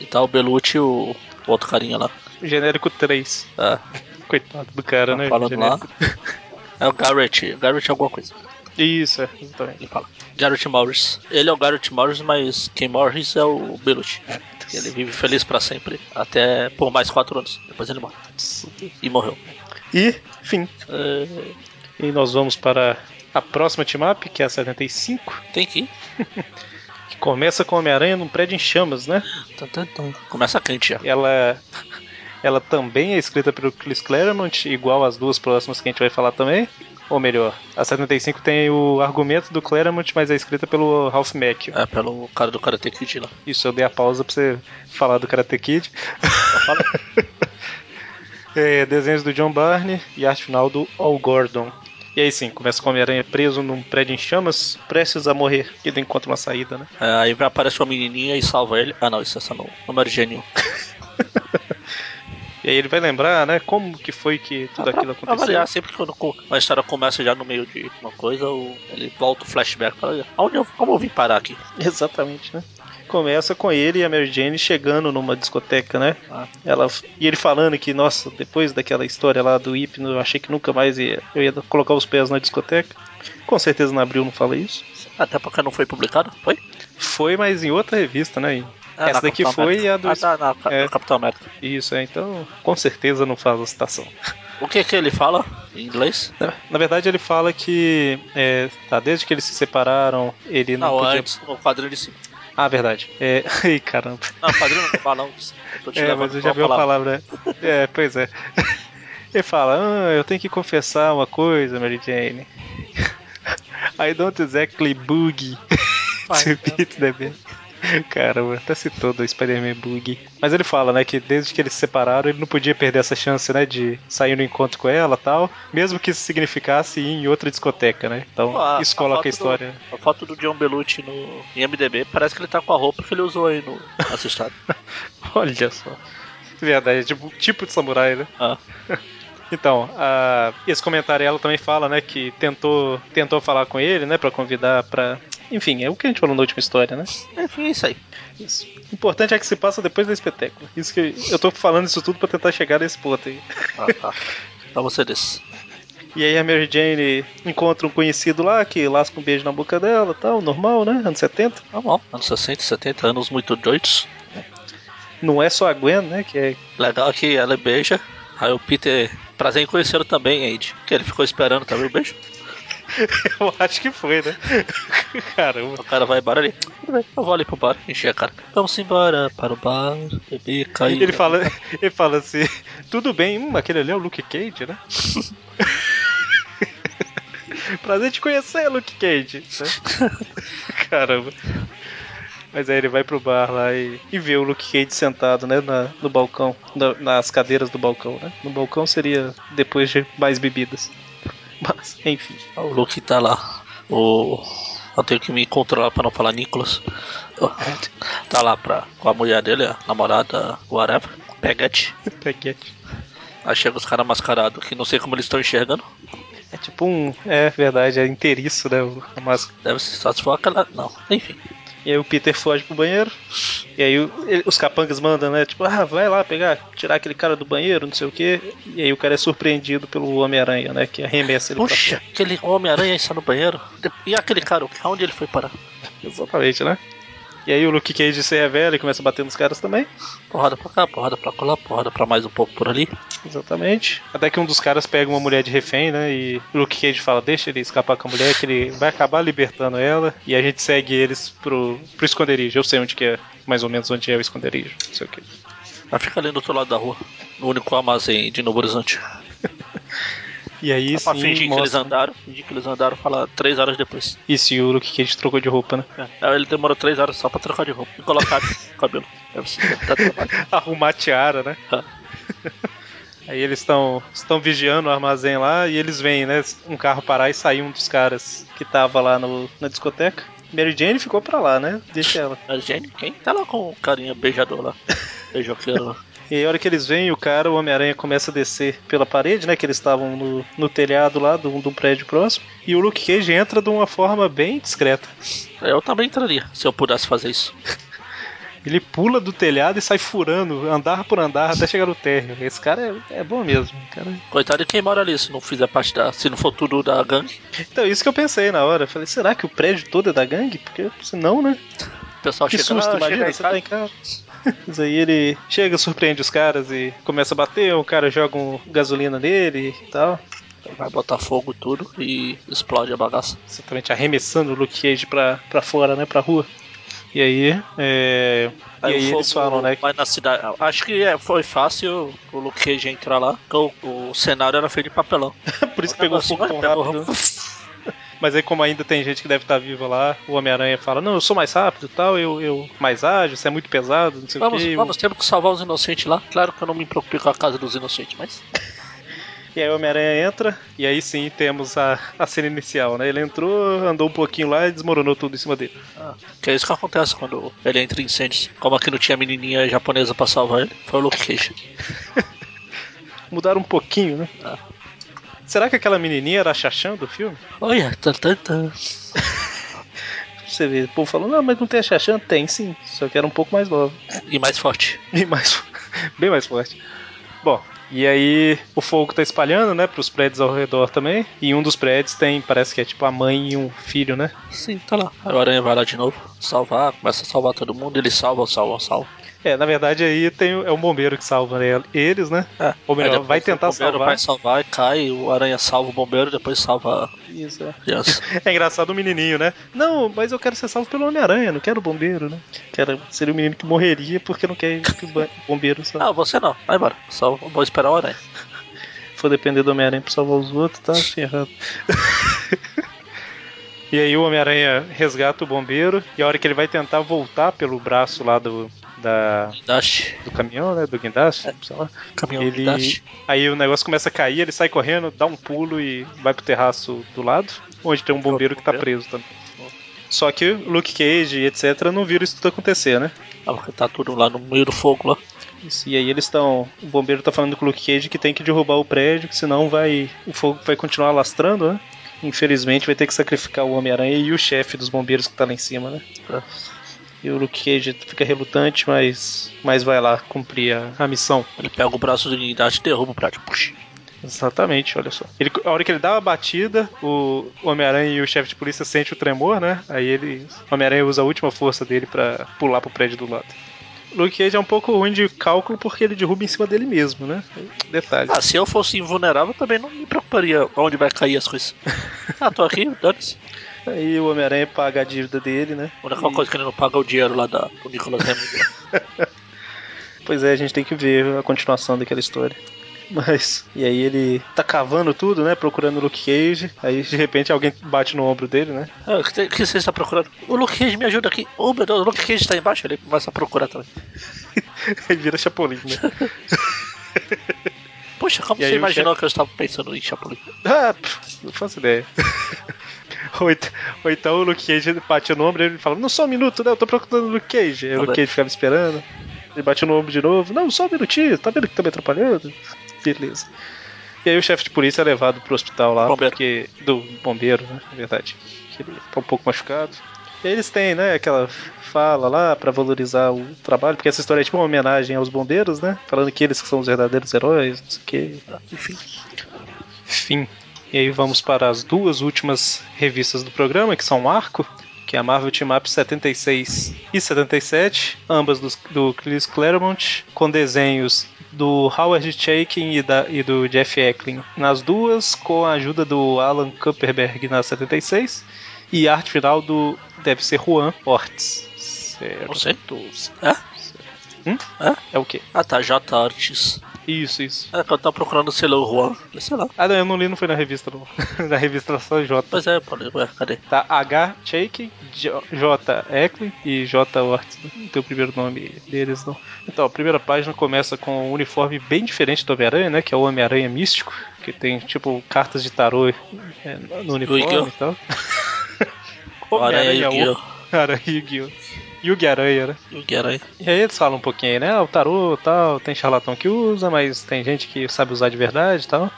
B: E tá o Belucci e o, o outro carinha lá.
A: Genérico 3.
B: Ah,
A: Coitado do cara, né?
B: Tá falando lá. *laughs*
A: Genérico-
B: É o Garrett, Garrett alguma coisa.
A: Isso, é, exatamente.
B: Ele fala. Garrett Morris. Ele é o Garrett Morris, mas quem Morris é o Belucci. Ele vive feliz pra sempre, até por mais quatro anos. Depois ele morre. E morreu.
A: E, fim.
B: É,
A: E nós vamos para a próxima team-up, que é a 75,
B: tem que ir.
A: que começa com Homem-Aranha num prédio em chamas, né?
B: Tum, tum, tum. Começa quente já.
A: Ela. Ela também é escrita pelo Chris Claremont, igual as duas próximas que a gente vai falar também. Ou melhor, a 75 tem o argumento do Claremont, mas é escrita pelo Ralph Macchio.
B: É, pelo cara do Karate Kid lá.
A: Isso, eu dei a pausa pra você falar do Karate Kid. *laughs*
B: Fala.
A: É, desenhos do John Barney e arte final do Al Gordon. E aí sim, começa com o Homem-Aranha preso num prédio em chamas, prestes a morrer, e ele encontra uma saída, né?
B: *laughs* É, aí vai- aparece uma menininha e salva ele. Ah, não, isso é só no número de gênio.
A: E aí ele vai lembrar, né, como que foi que tudo aquilo
B: Pra
A: aconteceu.
B: *laughs* variar, sempre que quando co- a história começa já no meio de uma coisa, o- ele volta o flashback para onde eu, como eu vim parar aqui.
A: Exatamente, né? Começa com ele e a Mary Jane chegando numa discoteca, né?
B: Ah.
A: Ela, e ele falando que, nossa, depois daquela história lá do hipno, eu achei que nunca mais ia, eu ia colocar os pés na discoteca. Com certeza na Abril não fala isso.
B: Até porque não foi publicado, foi?
A: Foi, mas em outra revista, né? Em-
B: Ah,
A: Essa
B: na
A: daqui
B: Capitão
A: foi
B: América.
A: e a do-
B: Ah, tá, na, ca-
A: é.
B: na Capitão América.
A: Isso, é, então com certeza não faz a citação. *laughs*
B: O que que ele fala em inglês?
A: Na verdade, ele fala que é, tá, desde que eles se separaram, ele não,
B: Não,
A: podia.
B: Ah, antes, no quadrinho de cima.
A: Ah, verdade. É... *laughs* Ih, caramba.
B: Não, quadrinho no balão. Tô te
A: É,
B: levando
A: mas eu
B: pra
A: já
B: uma
A: vi a palavra. É, pois é. *laughs* Ele fala: ah, eu tenho que confessar uma coisa, Mary Jane. *laughs* I don't exactly *laughs* boogie.
B: Vai,
A: to beat the band. né, Caramba, até citou do Spider-Man Bug. Mas ele fala, né, que desde que eles se separaram, ele não podia perder essa chance, né, de sair no encontro com ela tal. Mesmo que isso significasse ir em outra discoteca, né? Então,
B: Pô, a-
A: isso
B: a
A: coloca
B: foto
A: a história.
B: do- a foto do John Belucci no em MDB parece que ele tá com a roupa que ele usou aí no assistado.
A: *laughs* Olha só. Verdade, é tipo, tipo de samurai, né?
B: Ah.
A: Então, a- esse comentário ela também fala, né, que tentou, tentou falar com ele, né, Pra convidar pra. Enfim, é o que a gente falou na última história, né?
B: Enfim, é isso aí.
A: Isso. O importante é que se passa depois do espetáculo. Isso que eu tô falando isso tudo pra tentar chegar nesse ponto aí.
B: Ah, tá. Então você desce.
A: E aí a Mary Jane encontra um conhecido lá que lasca um beijo na boca dela, tal, normal, né? Anos 70.
B: Normal. Tá Anos 60, 70, anos muito doidos.
A: Não é só a Gwen, né, que é *laughs*
B: Legal que ela beija. Aí o Peter, prazer em conhecê-lo também, Andy. Que ele ficou esperando também o beijo.
A: Eu acho que foi, né? *laughs* Caramba.
B: O cara vai embora ali. Tudo bem, eu vou ali pro bar, encher a cara. Vamos embora para o bar, beber, cair.
A: Ele fala, *laughs* ele fala assim: tudo bem, hum, aquele ali é o Luke Cage, né? *laughs* Prazer te conhecer, Luke Cage. né? *laughs* Caramba. Mas aí ele vai pro bar lá e, e vê o Luke Cage sentado, né, na- no balcão, na- nas cadeiras do balcão, né? No balcão seria depois de mais bebidas. Mas, enfim. *laughs*
B: O Luke tá lá. O... Eu tenho que me controlar pra não falar Nicolas. Tá lá pra... com a mulher dele, a namorada, whatever. Peguete.
A: Peguete.
B: Aí chega os caras mascarados, que não sei como eles estão enxergando.
A: É tipo um. É verdade, é inteiriço, né? o- A máscara.
B: Deve ser só se for aquela. Não, enfim.
A: E aí o Peter foge pro banheiro. E aí o- ele- os capangas mandam, né? Tipo, ah, vai lá pegar, tirar aquele cara do banheiro, não sei o quê. E aí o cara é surpreendido pelo Homem-Aranha, né? Que arremessa ele pra
B: Puxa, aquele Homem-Aranha está no banheiro. E aquele cara, aonde ele foi parar?
A: Exatamente, né? E aí o Luke Cage se revela e começa a bater nos caras também.
B: Porrada pra cá, porrada pra colar, porrada pra mais um pouco por ali.
A: Exatamente. Até que um dos caras pega uma mulher de refém, né? E o Luke Cage fala, deixa ele escapar com a mulher, que ele vai acabar libertando ela. E a gente segue eles pro, pro esconderijo. Eu sei onde que é, mais ou menos onde é o esconderijo. Não sei o quê.
B: Ela fica ali do outro lado da rua, no único armazém de Novo Horizonte.
A: E aí
B: Pra
A: sim,
B: fingir que eles
A: mostra...
B: andaram, fingir que eles andaram, fala três horas depois.
A: Isso, e o Luke Cage trocou de roupa, né?
B: É, aí ele demorou três horas só pra trocar de roupa
A: *laughs*
B: e colocar o cabelo. É, Deve tá ser, dá trabalho.
A: Arrumar a tiara, né? Aí eles estão estão vigiando o armazém lá e eles veem, né? Um carro parar e sair um dos caras que tava lá no, na discoteca. Mary Jane ficou pra lá, né? Deixa ela.
B: A Jenny, quem? Tá lá com o carinha beijador lá. Beijoqueiro lá.
A: E aí, a hora que eles veem, o cara, o Homem-Aranha, começa a descer pela parede, né? Que eles estavam no, no telhado lá de um de um prédio próximo. E o Luke Cage entra de uma forma bem discreta.
B: Eu também entraria, se eu pudesse fazer isso.
A: Ele pula do telhado e sai furando, andar por andar, até chegar no térreo. Esse cara é, é bom mesmo. o Cara...
B: Coitado de quem mora ali, se não fizer parte da. Se não for tudo da gangue,
A: Então, isso que eu pensei na hora. Eu falei, será que o prédio todo é da gangue? Porque senão, né?
B: o pessoal
A: Que
B: chega
A: susto,
B: lá,
A: imagina, você
B: chega
A: tá
B: aí,
A: em casa. Mas aí ele chega, surpreende os caras e começa a bater, o cara joga um gasolina nele e tal.
B: vai botar fogo e tudo e explode a bagaça.
A: Exatamente, arremessando o Luke Cage pra, pra fora, né? Pra rua. E aí, é... e
B: Aí o
A: aí
B: fogo
A: eles falam, né?
B: Vai na cidade. Acho que é, foi fácil o Luke Cage entrar lá, porque o, o cenário era feito de papelão.
A: *laughs* Por isso que pegou fogo tão rápido. Mas aí, como ainda tem gente que deve estar viva lá, o Homem-Aranha fala: Não, eu sou mais rápido e tal, eu, eu mais ágil, você é muito pesado, não sei
B: Vamos,
A: o quê.
B: vamos, temos que salvar os inocentes lá. Claro que eu não me preocupei com a casa dos inocentes, mas.
A: E aí o Homem-Aranha entra, e aí sim temos a, a cena inicial, né? Ele entrou, andou um pouquinho lá e desmoronou tudo em cima dele.
B: Ah, que é isso que acontece quando ele entra em incêndios. Como aqui não tinha menininha japonesa pra salvar ele, foi o Luke Cage.
A: Mudaram um pouquinho, né?
B: Ah.
A: Será que aquela menininha era a Xaxã do filme?
B: Olha, tan, tan, tan.
A: Você vê, o povo falou, não, mas não tem a Xaxã? Tem sim, só que era um pouco mais nova. *laughs*
B: E mais forte.
A: Bem mais, bem mais forte. Bom, e aí o fogo tá espalhando, né, pros prédios ao redor também. E um dos prédios tem, parece que é tipo a mãe e um filho, né?
B: Sim, tá lá. Aí o Aranha vai lá de novo, salvar, começa a salvar todo mundo, ele salva, salva, salva.
A: É, na verdade aí tem, é o bombeiro que salva né, eles, né?
B: É.
A: Ou melhor, vai tentar
B: o bombeiro
A: salvar.
B: Vai salvar e cai, o Aranha salva o bombeiro, depois salva
A: Isso, é.
B: a
A: *laughs*
B: criança.
A: É engraçado o menininho, né? Não, mas eu quero ser salvo pelo Homem-Aranha, não quero o bombeiro, né? Que era- seria o menino que morreria porque não quer que o ba- bombeiro só
B: ah, você não, vai embora, só vou esperar o Aranha.
A: for depender do Homem-Aranha pra salvar os outros, tá ferrado. *laughs* e aí o Homem-Aranha resgata o bombeiro e a hora que ele vai tentar voltar pelo braço lá do, da-
B: Dash,
A: do caminhão, né? Do guindaste, sei lá.
B: caminhão
A: Ele-
B: Dash.
A: Aí o negócio começa a cair, ele sai correndo, dá um pulo e vai pro terraço do lado, onde tem um bombeiro que tá preso também. Só que o Luke Cage e etc. não viram isso tudo acontecer, né?
B: Ah, porque tá tudo lá no meio do fogo lá.
A: Isso, e aí eles estão. O bombeiro tá falando com o Luke Cage que tem que derrubar o prédio, que senão vai. O fogo vai continuar alastrando, né? Infelizmente vai ter que sacrificar o Homem-Aranha e o chefe dos bombeiros que tá lá em cima, né?
B: Tá.
A: E o Luke Cage fica relutante, mas, mas vai lá cumprir a- a missão.
B: Ele pega o braço do Dash e derruba o prédio. Puxa.
A: Exatamente, olha só. Ele, a hora que ele dá uma batida, o Homem-Aranha e o chefe de polícia sente o tremor, né? Aí ele. O Homem-Aranha usa a última força dele pra pular pro prédio do lado. Luke Cage é um pouco ruim de cálculo porque ele derruba em cima dele mesmo, né? Detalhe.
B: Ah, se eu fosse invulnerável, também não me preocuparia onde vai cair
A: *laughs*
B: as coisas. ah, tô aqui, dane-se.
A: Ah, Aí o Homem-Aranha paga a dívida dele, né?
B: A única
A: E-
B: coisa que ele não paga é o dinheiro lá da, do Nicolas Hammond.
A: *laughs*
B: lá.
A: Pois é, a gente tem que ver a continuação daquela história. *laughs* Mas, e aí ele tá cavando tudo, né? Procurando o Luke Cage. Aí de repente alguém bate no ombro dele, né? *laughs*
B: Ah, O que, tem- o que você está procurando? O Luke Cage me ajuda aqui. Oh, meu Deus, o Luke Cage está embaixo. Ele começa a procurar também.
A: Ele vira Chapolin, né?
B: Poxa, como
A: E aí
B: você
A: o
B: imaginou que eu estava pensando em Chapolin?
A: ah, pff, não faço ideia. *laughs* Ou, ent- ou então o Luke Cage ele bateu no ombro e ele fala: Não, só um minuto, né? Eu tô procurando o Luke Cage. Aí o
B: Tá
A: Luke
B: bem.
A: Cage ficava esperando. Ele bateu no ombro de novo: Não, só um minutinho, tá vendo que tá me atrapalhando? Beleza. E aí o chefe de polícia é levado pro hospital lá,
B: Bombeiro.
A: porque. Do bombeiro, né? Na verdade. Que ele tá um pouco machucado. E aí eles têm, né, aquela fala lá pra valorizar o trabalho, porque essa história é tipo uma homenagem aos bombeiros, né? Falando que eles que são os verdadeiros heróis, não sei o quê.
B: Ah, Enfim,
A: Fim. E aí vamos para as duas últimas revistas do programa, que são o Arco, que é a Marvel Team Up 76 e 77, ambas dos- do, Chris Claremont, com desenhos do Howard Chaykin e, da- e do Jeff Eklund nas duas, com a ajuda do Alan Kupperberg na 76, e arte final do, deve ser Juan Ortiz. Certo.
B: não sei.
A: É o quê?
B: Ah, tá, J. Artis.
A: Isso, isso.
B: É que eu tava procurando o selo Juan. Sei lá.
A: Ah, não, eu não li, não foi na revista, não. *laughs* na revista só J.
B: Pois é, eu falei, ué, cadê?
A: Tá H. Shake, J. J. Eklund e J. Ortiz. Não tem o primeiro nome deles, não. Então, a primeira página começa com um uniforme bem diferente do Homem-Aranha, né? Que é o Homem-Aranha Místico, que tem, tipo, cartas de tarô é, no uniforme
B: Yu-Gi-Oh!
A: e
B: *laughs*
A: tal.
B: Aranha
A: é
B: e o
A: *laughs* Aranha Yu-Gi-Oh! Yu-Gi-Aranha, né?
B: Aranha.
A: E aí eles falam um pouquinho aí, né? Ah, o tarô tal, tem charlatão que usa, mas tem gente que sabe usar de verdade e tal.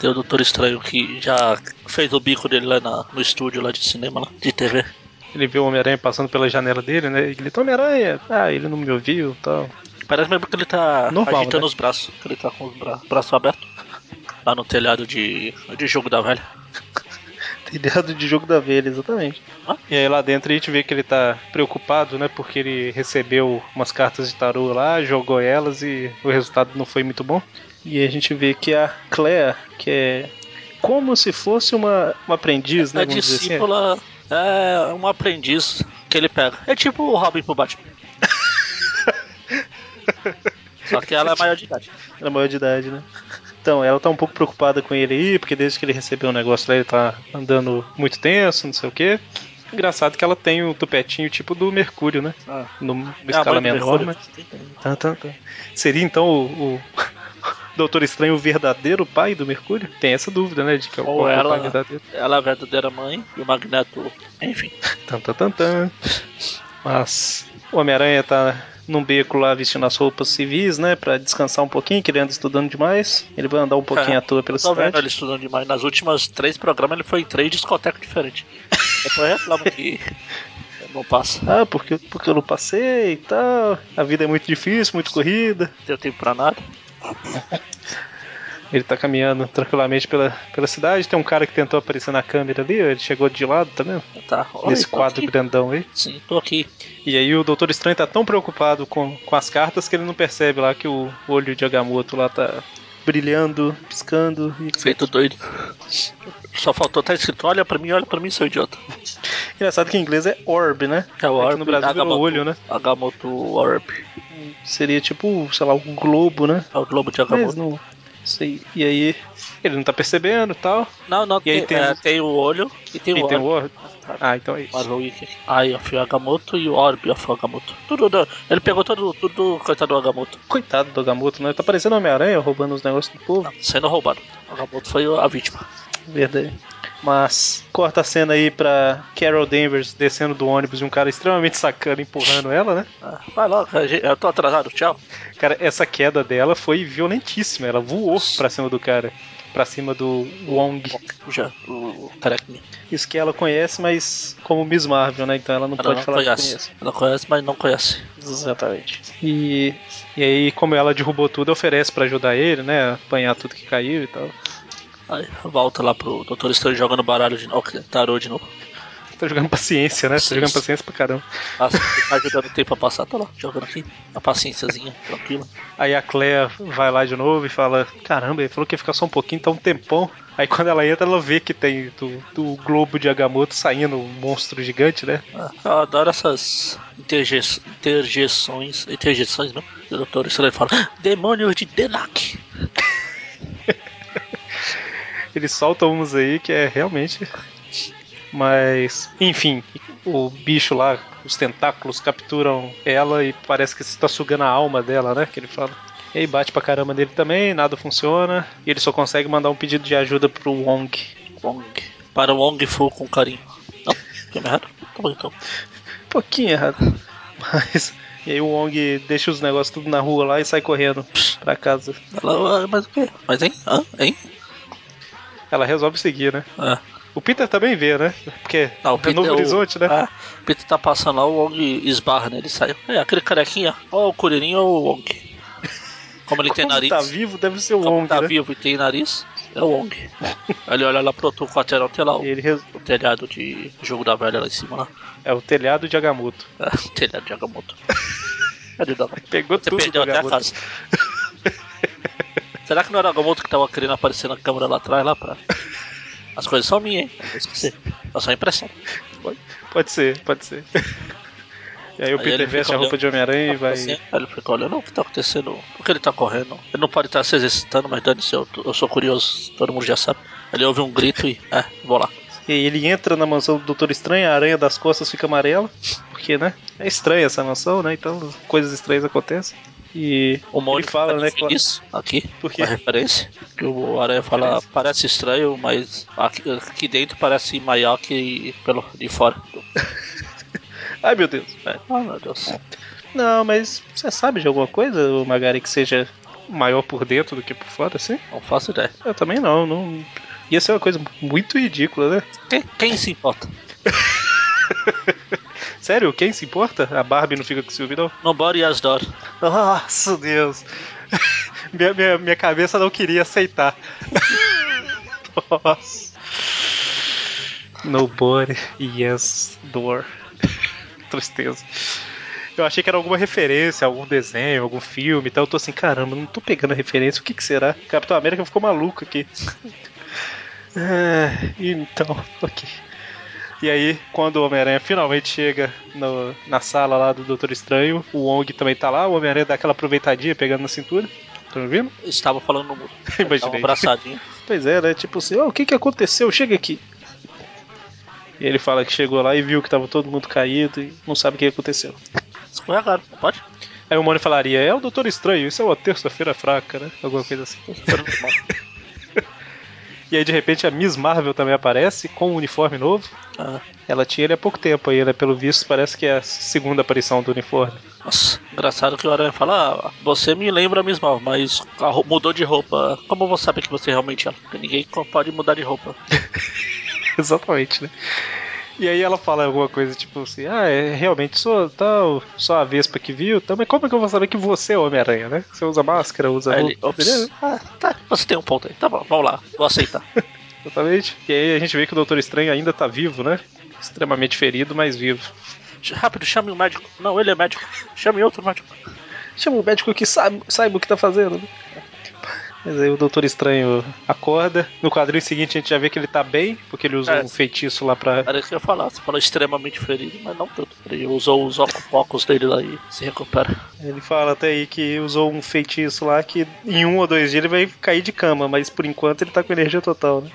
B: Tem o Doutor Estranho que já fez o bico dele lá na- no estúdio lá de cinema, lá, de TV.
A: Ele vê o Homem-Aranha passando pela janela dele, né? E grita, Homem-Aranha! Ah, ele não me ouviu tal.
B: Parece mesmo que ele tá
A: Normal,
B: agitando
A: né?
B: os braços, que ele tá com os bra braços abertos. Lá no telhado de, de jogo da velha.
A: Telhado de jogo da velha, exatamente.
B: Hã?
A: Ah, E aí lá dentro a gente vê que ele tá preocupado, né? Porque ele recebeu umas cartas de tarô lá, jogou elas e o resultado não foi muito bom. E a gente vê que a Claire, que é como se fosse uma, uma aprendiz, né?
B: a
A: vamos dizer assim.
B: É discípula é um aprendiz que ele pega. É tipo o Robin
A: *laughs*
B: pro Batman. Só que ela é maior de idade.
A: Era maior de idade, né? Então, ela tá um pouco preocupada com ele aí, porque desde que ele recebeu o negócio lá, ele tá andando muito tenso, não sei o quê. Engraçado que ela tem o tupetinho tipo do Mercúrio, né?
B: Ah.
A: Numa
B: É a
A: escala
B: mãe do
A: menor, né. mas...
B: Mercúrio.
A: Tan, tan, tan. Ah, tá. Seria então o, *laughs* o Doutor Estranho o verdadeiro pai do Mercúrio? Tem essa dúvida, né? De que é o
B: Ou
A: qual que é o
B: ela.
A: pai verdadeiro.
B: Ela é a verdadeira mãe e o Magneto. Enfim,
A: Tan, tan, tan, tan. Mas o Homem-Aranha tá num beco lá vestindo as roupas civis, né? Pra descansar um pouquinho, que ele anda estudando demais. Ele vai andar um pouquinho
B: É,
A: à toa pela
B: tô vendo
A: cidade.
B: ele estudando demais. Nas últimas três programas ele foi em três discotecas
A: *laughs*
B: diferentes. Depois reclama que não passa,
A: Ah, porque, porque eu não passei e tal. A vida é muito difícil, muito corrida.
B: não deu tempo pra nada.
A: Ele tá caminhando tranquilamente pela, pela cidade. Tem um cara que tentou aparecer na câmera ali, ó, ele chegou de lado, tá vendo?
B: Tá, olha,
A: Nesse
B: tô
A: quadro
B: aqui.
A: grandão aí.
B: Sim, tô aqui.
A: E aí o Doutor Estranho tá tão preocupado com, com as cartas que ele não percebe lá que o olho de Agamotto lá tá brilhando, piscando e etc.
B: Feito doido. Só faltou tá escrito: olha pra mim, olha pra mim, seu idiota.
A: Engraçado que em inglês é orb, né?
B: É o
A: Aqui
B: Orb,
A: no Brasil virou
B: Agamotto-
A: olho, né?
B: Agamotto Orb.
A: Seria tipo, sei lá, um globo, né?
B: É o Globo de
A: Mas
B: Agamotto.
A: não sei. E aí ele não tá percebendo e tal.
B: Não, não,
A: E aí
B: tem,
A: tem- um-
B: é, tem o olho e tem
A: E
B: o
A: tem um
B: Orb.
A: o orb. Ah, então é isso.
B: Marvel Wiki. Aí, of Agamotto e o Orb of Agamotto. Tudo, do- ele pegou todo, tudo, coitado do Agamotto.
A: Coitado do Agamotto, né? Tá parecendo Homem-Aranha roubando os negócios do povo.
B: Sendo roubado. O Agamotto foi a vítima.
A: Verdade. Mas corta a cena aí pra Carol Danvers descendo do ônibus e um cara extremamente sacana empurrando ela, né?
B: Ah, Vai logo, a gente- eu tô atrasado, tchau.
A: Cara, essa queda dela foi violentíssima. Ela voou pra cima do cara. Pra cima do Wong.
B: Já, o carequinha.
A: Isso que ela conhece, mas como Miss Marvel, né? Então ela não
B: Ela
A: pode
B: não
A: falar
B: conhece.
A: que conhece.
B: Ela conhece, mas não conhece.
A: Exatamente. E, e aí, como ela derrubou tudo, oferece pra ajudar ele, né? Apanhar tudo que caiu e tal.
B: Aí, volta lá pro Doutor Estranho jogando baralho de novo. ok, Tarô de novo.
A: Tá jogando paciência, né? Tá jogando
B: Paciência.
A: paciência pra caramba.
B: Nossa, tá ajudando o tempo a passar, tá lá, jogando aqui, a paciênciazinha, tranquilo.
A: Aí a Clea vai lá de novo e fala: Caramba, ele falou que ia ficar só um pouquinho, tá um tempão. Aí quando ela entra, ela vê que tem do, do globo de Agamotto saindo um monstro gigante, né?
B: Ah, Eu adoro essas interje- interjeções, interjeções, não? Do doutor Estranho fala, *gasps* demônios de Denak.
A: Eles soltam uns aí que é realmente. Mas, enfim, o bicho lá, os tentáculos capturam ela e parece que está sugando a alma dela, né? Que ele fala. E aí bate pra caramba nele também, nada funciona. E ele só consegue mandar um pedido de ajuda pro Wong.
B: Wong. Para o Wong Fu com carinho. Não, que merda. Tá bom então.
A: Um pouquinho errado. *laughs* Mas. E aí o Wong deixa os negócios tudo na rua lá e sai correndo pra casa.
B: Ela, ah, mas o quê? Mas hein? Hã? Hein?
A: Ela resolve seguir, né?
B: Ah.
A: O Peter também vê, né? Porque
B: Não, Ah, o
A: é Novo
B: o-
A: Horizonte, né?
B: Ah, o Peter tá passando lá, o Wong esbarra nele e sai. É, aquele carequinha. Ó, o Curirinho ou o Wong. Como ele tem
A: Como
B: nariz.
A: tá vivo, deve ser o
B: como
A: Wong,
B: tá
A: né?
B: vivo e tem nariz, é
A: *laughs*
B: o Wong. Aí ele olha lá pro outro quarteirão, tem lá o,
A: E ele res-
B: o telhado de jogo da velha lá em cima, lá.
A: É o telhado de Agamotto.
B: É, *laughs* o telhado de
A: *laughs*
B: Agamotto. Cadê o Agamotto?
A: Pegou
B: Você
A: tudo
B: perdeu
A: do
B: até a
A: Agamotto.
B: casa. Será que não era o Agamotto que tava querendo aparecer na câmera lá atrás, lá pra... As coisas são minhas, hein? Eu esqueci. É só impressão.
A: Pode, pode ser, pode ser. E aí o
B: Aí
A: Peter
B: ele
A: veste
B: fica
A: a roupa
B: olhando.
A: de Homem-Aranha e vai.
B: Assim, aí ele fica olhando, o que tá acontecendo? Por que ele tá correndo? Ele não pode estar se exercitando, mas dane-se, eu, eu sou curioso, todo mundo já sabe. Ele ouve um grito e, é, vou lá.
A: E aí ele entra na mansão do Doutor Estranho, a aranha das costas fica amarela. Porque, né? É estranha essa mansão, né? Então coisas estranhas acontecem. E
B: O Mônio
A: ele fala, né? que-
B: Isso, aqui,
A: Por quê?
B: uma referência. Que o Aranha fala, parece estranho, mas aqui, aqui dentro parece maior que pelo, de fora.
A: Ai meu Deus.
B: É, ah, meu Deus.
A: Não, mas você sabe de alguma coisa, ô Magari, que seja maior por dentro do que por fora, assim?
B: Não faço ideia.
A: Eu também não, não. Ia ser uma coisa muito ridícula, né?
B: Quem, quem se importa?
A: Sério, quem se importa? A Barbie não fica com ciúme, não?
B: Nobody has door.
A: Nossa, Deus. minha, minha, minha cabeça não queria aceitar. Nossa. Nobody, yes, door. Tristeza. Eu achei que era alguma referência, algum desenho, algum filme, então eu tô assim, caramba, não tô pegando a referência, o que que será? Capitão América ficou maluco aqui. Ah, então, ok. E aí, quando o Homem-Aranha finalmente chega no- na sala lá do Doutor Estranho, o Wong também tá lá, o Homem-Aranha dá aquela aproveitadinha pegando na cintura. Tá me ouvindo?
B: Estava falando no muro. Estava
A: Imaginei.
B: abraçadinho.
A: Pois é, né? Tipo assim, ó, o que que aconteceu? Chega aqui. E ele fala que chegou lá e viu que tava todo mundo caído e não sabe o que aconteceu.
B: Escorregaram, não
A: *laughs*
B: pode?
A: Aí o Mônio falaria, é o Doutor Estranho, isso é uma terça-feira fraca, né? Alguma coisa assim.
B: Foram muito mal.
A: E aí, de repente, a Miss Marvel também aparece com um uniforme novo.
B: Ah,
A: Ela tinha ele há pouco tempo aí, né? Pelo visto, parece que é a segunda aparição do uniforme.
B: nossa, engraçado que o Aranha fala, ah, você me lembra mesmo, mas a roupa- mudou de roupa. Como eu vou saber que você realmente é? Porque ninguém pode mudar de roupa.
A: *laughs* Exatamente, né? E aí ela fala alguma coisa tipo assim, ah, é, realmente sou tal, só a Vespa que viu, então, mas como é que eu vou saber que você é o Homem-Aranha, né? Você usa máscara, usa
B: Aí ele,
A: roupa,
B: ops,
A: beleza?
B: Tá ah, tá, você tem um ponto aí. Tá bom, vamos lá, vou aceitar.
A: Exatamente. E aí a gente vê que o Doutor Estranho ainda tá vivo, né? Extremamente ferido, mas vivo.
B: Rápido, chame um médico. Não, ele é médico. Chame outro médico.
A: Chama o médico que sabe, saiba o que tá fazendo, né? Mas aí o Doutor Estranho acorda. No quadrinho seguinte a gente já vê que ele tá bem, porque ele usou
B: É.
A: um feitiço lá pra
B: Era isso que eu ia falar. Você falou extremamente ferido, mas não tanto. Ele usou os ocupocos dele lá e se recupera.
A: Ele fala até aí que usou um feitiço lá que em um ou dois dias ele vai cair de cama, mas por enquanto ele tá com energia total, né?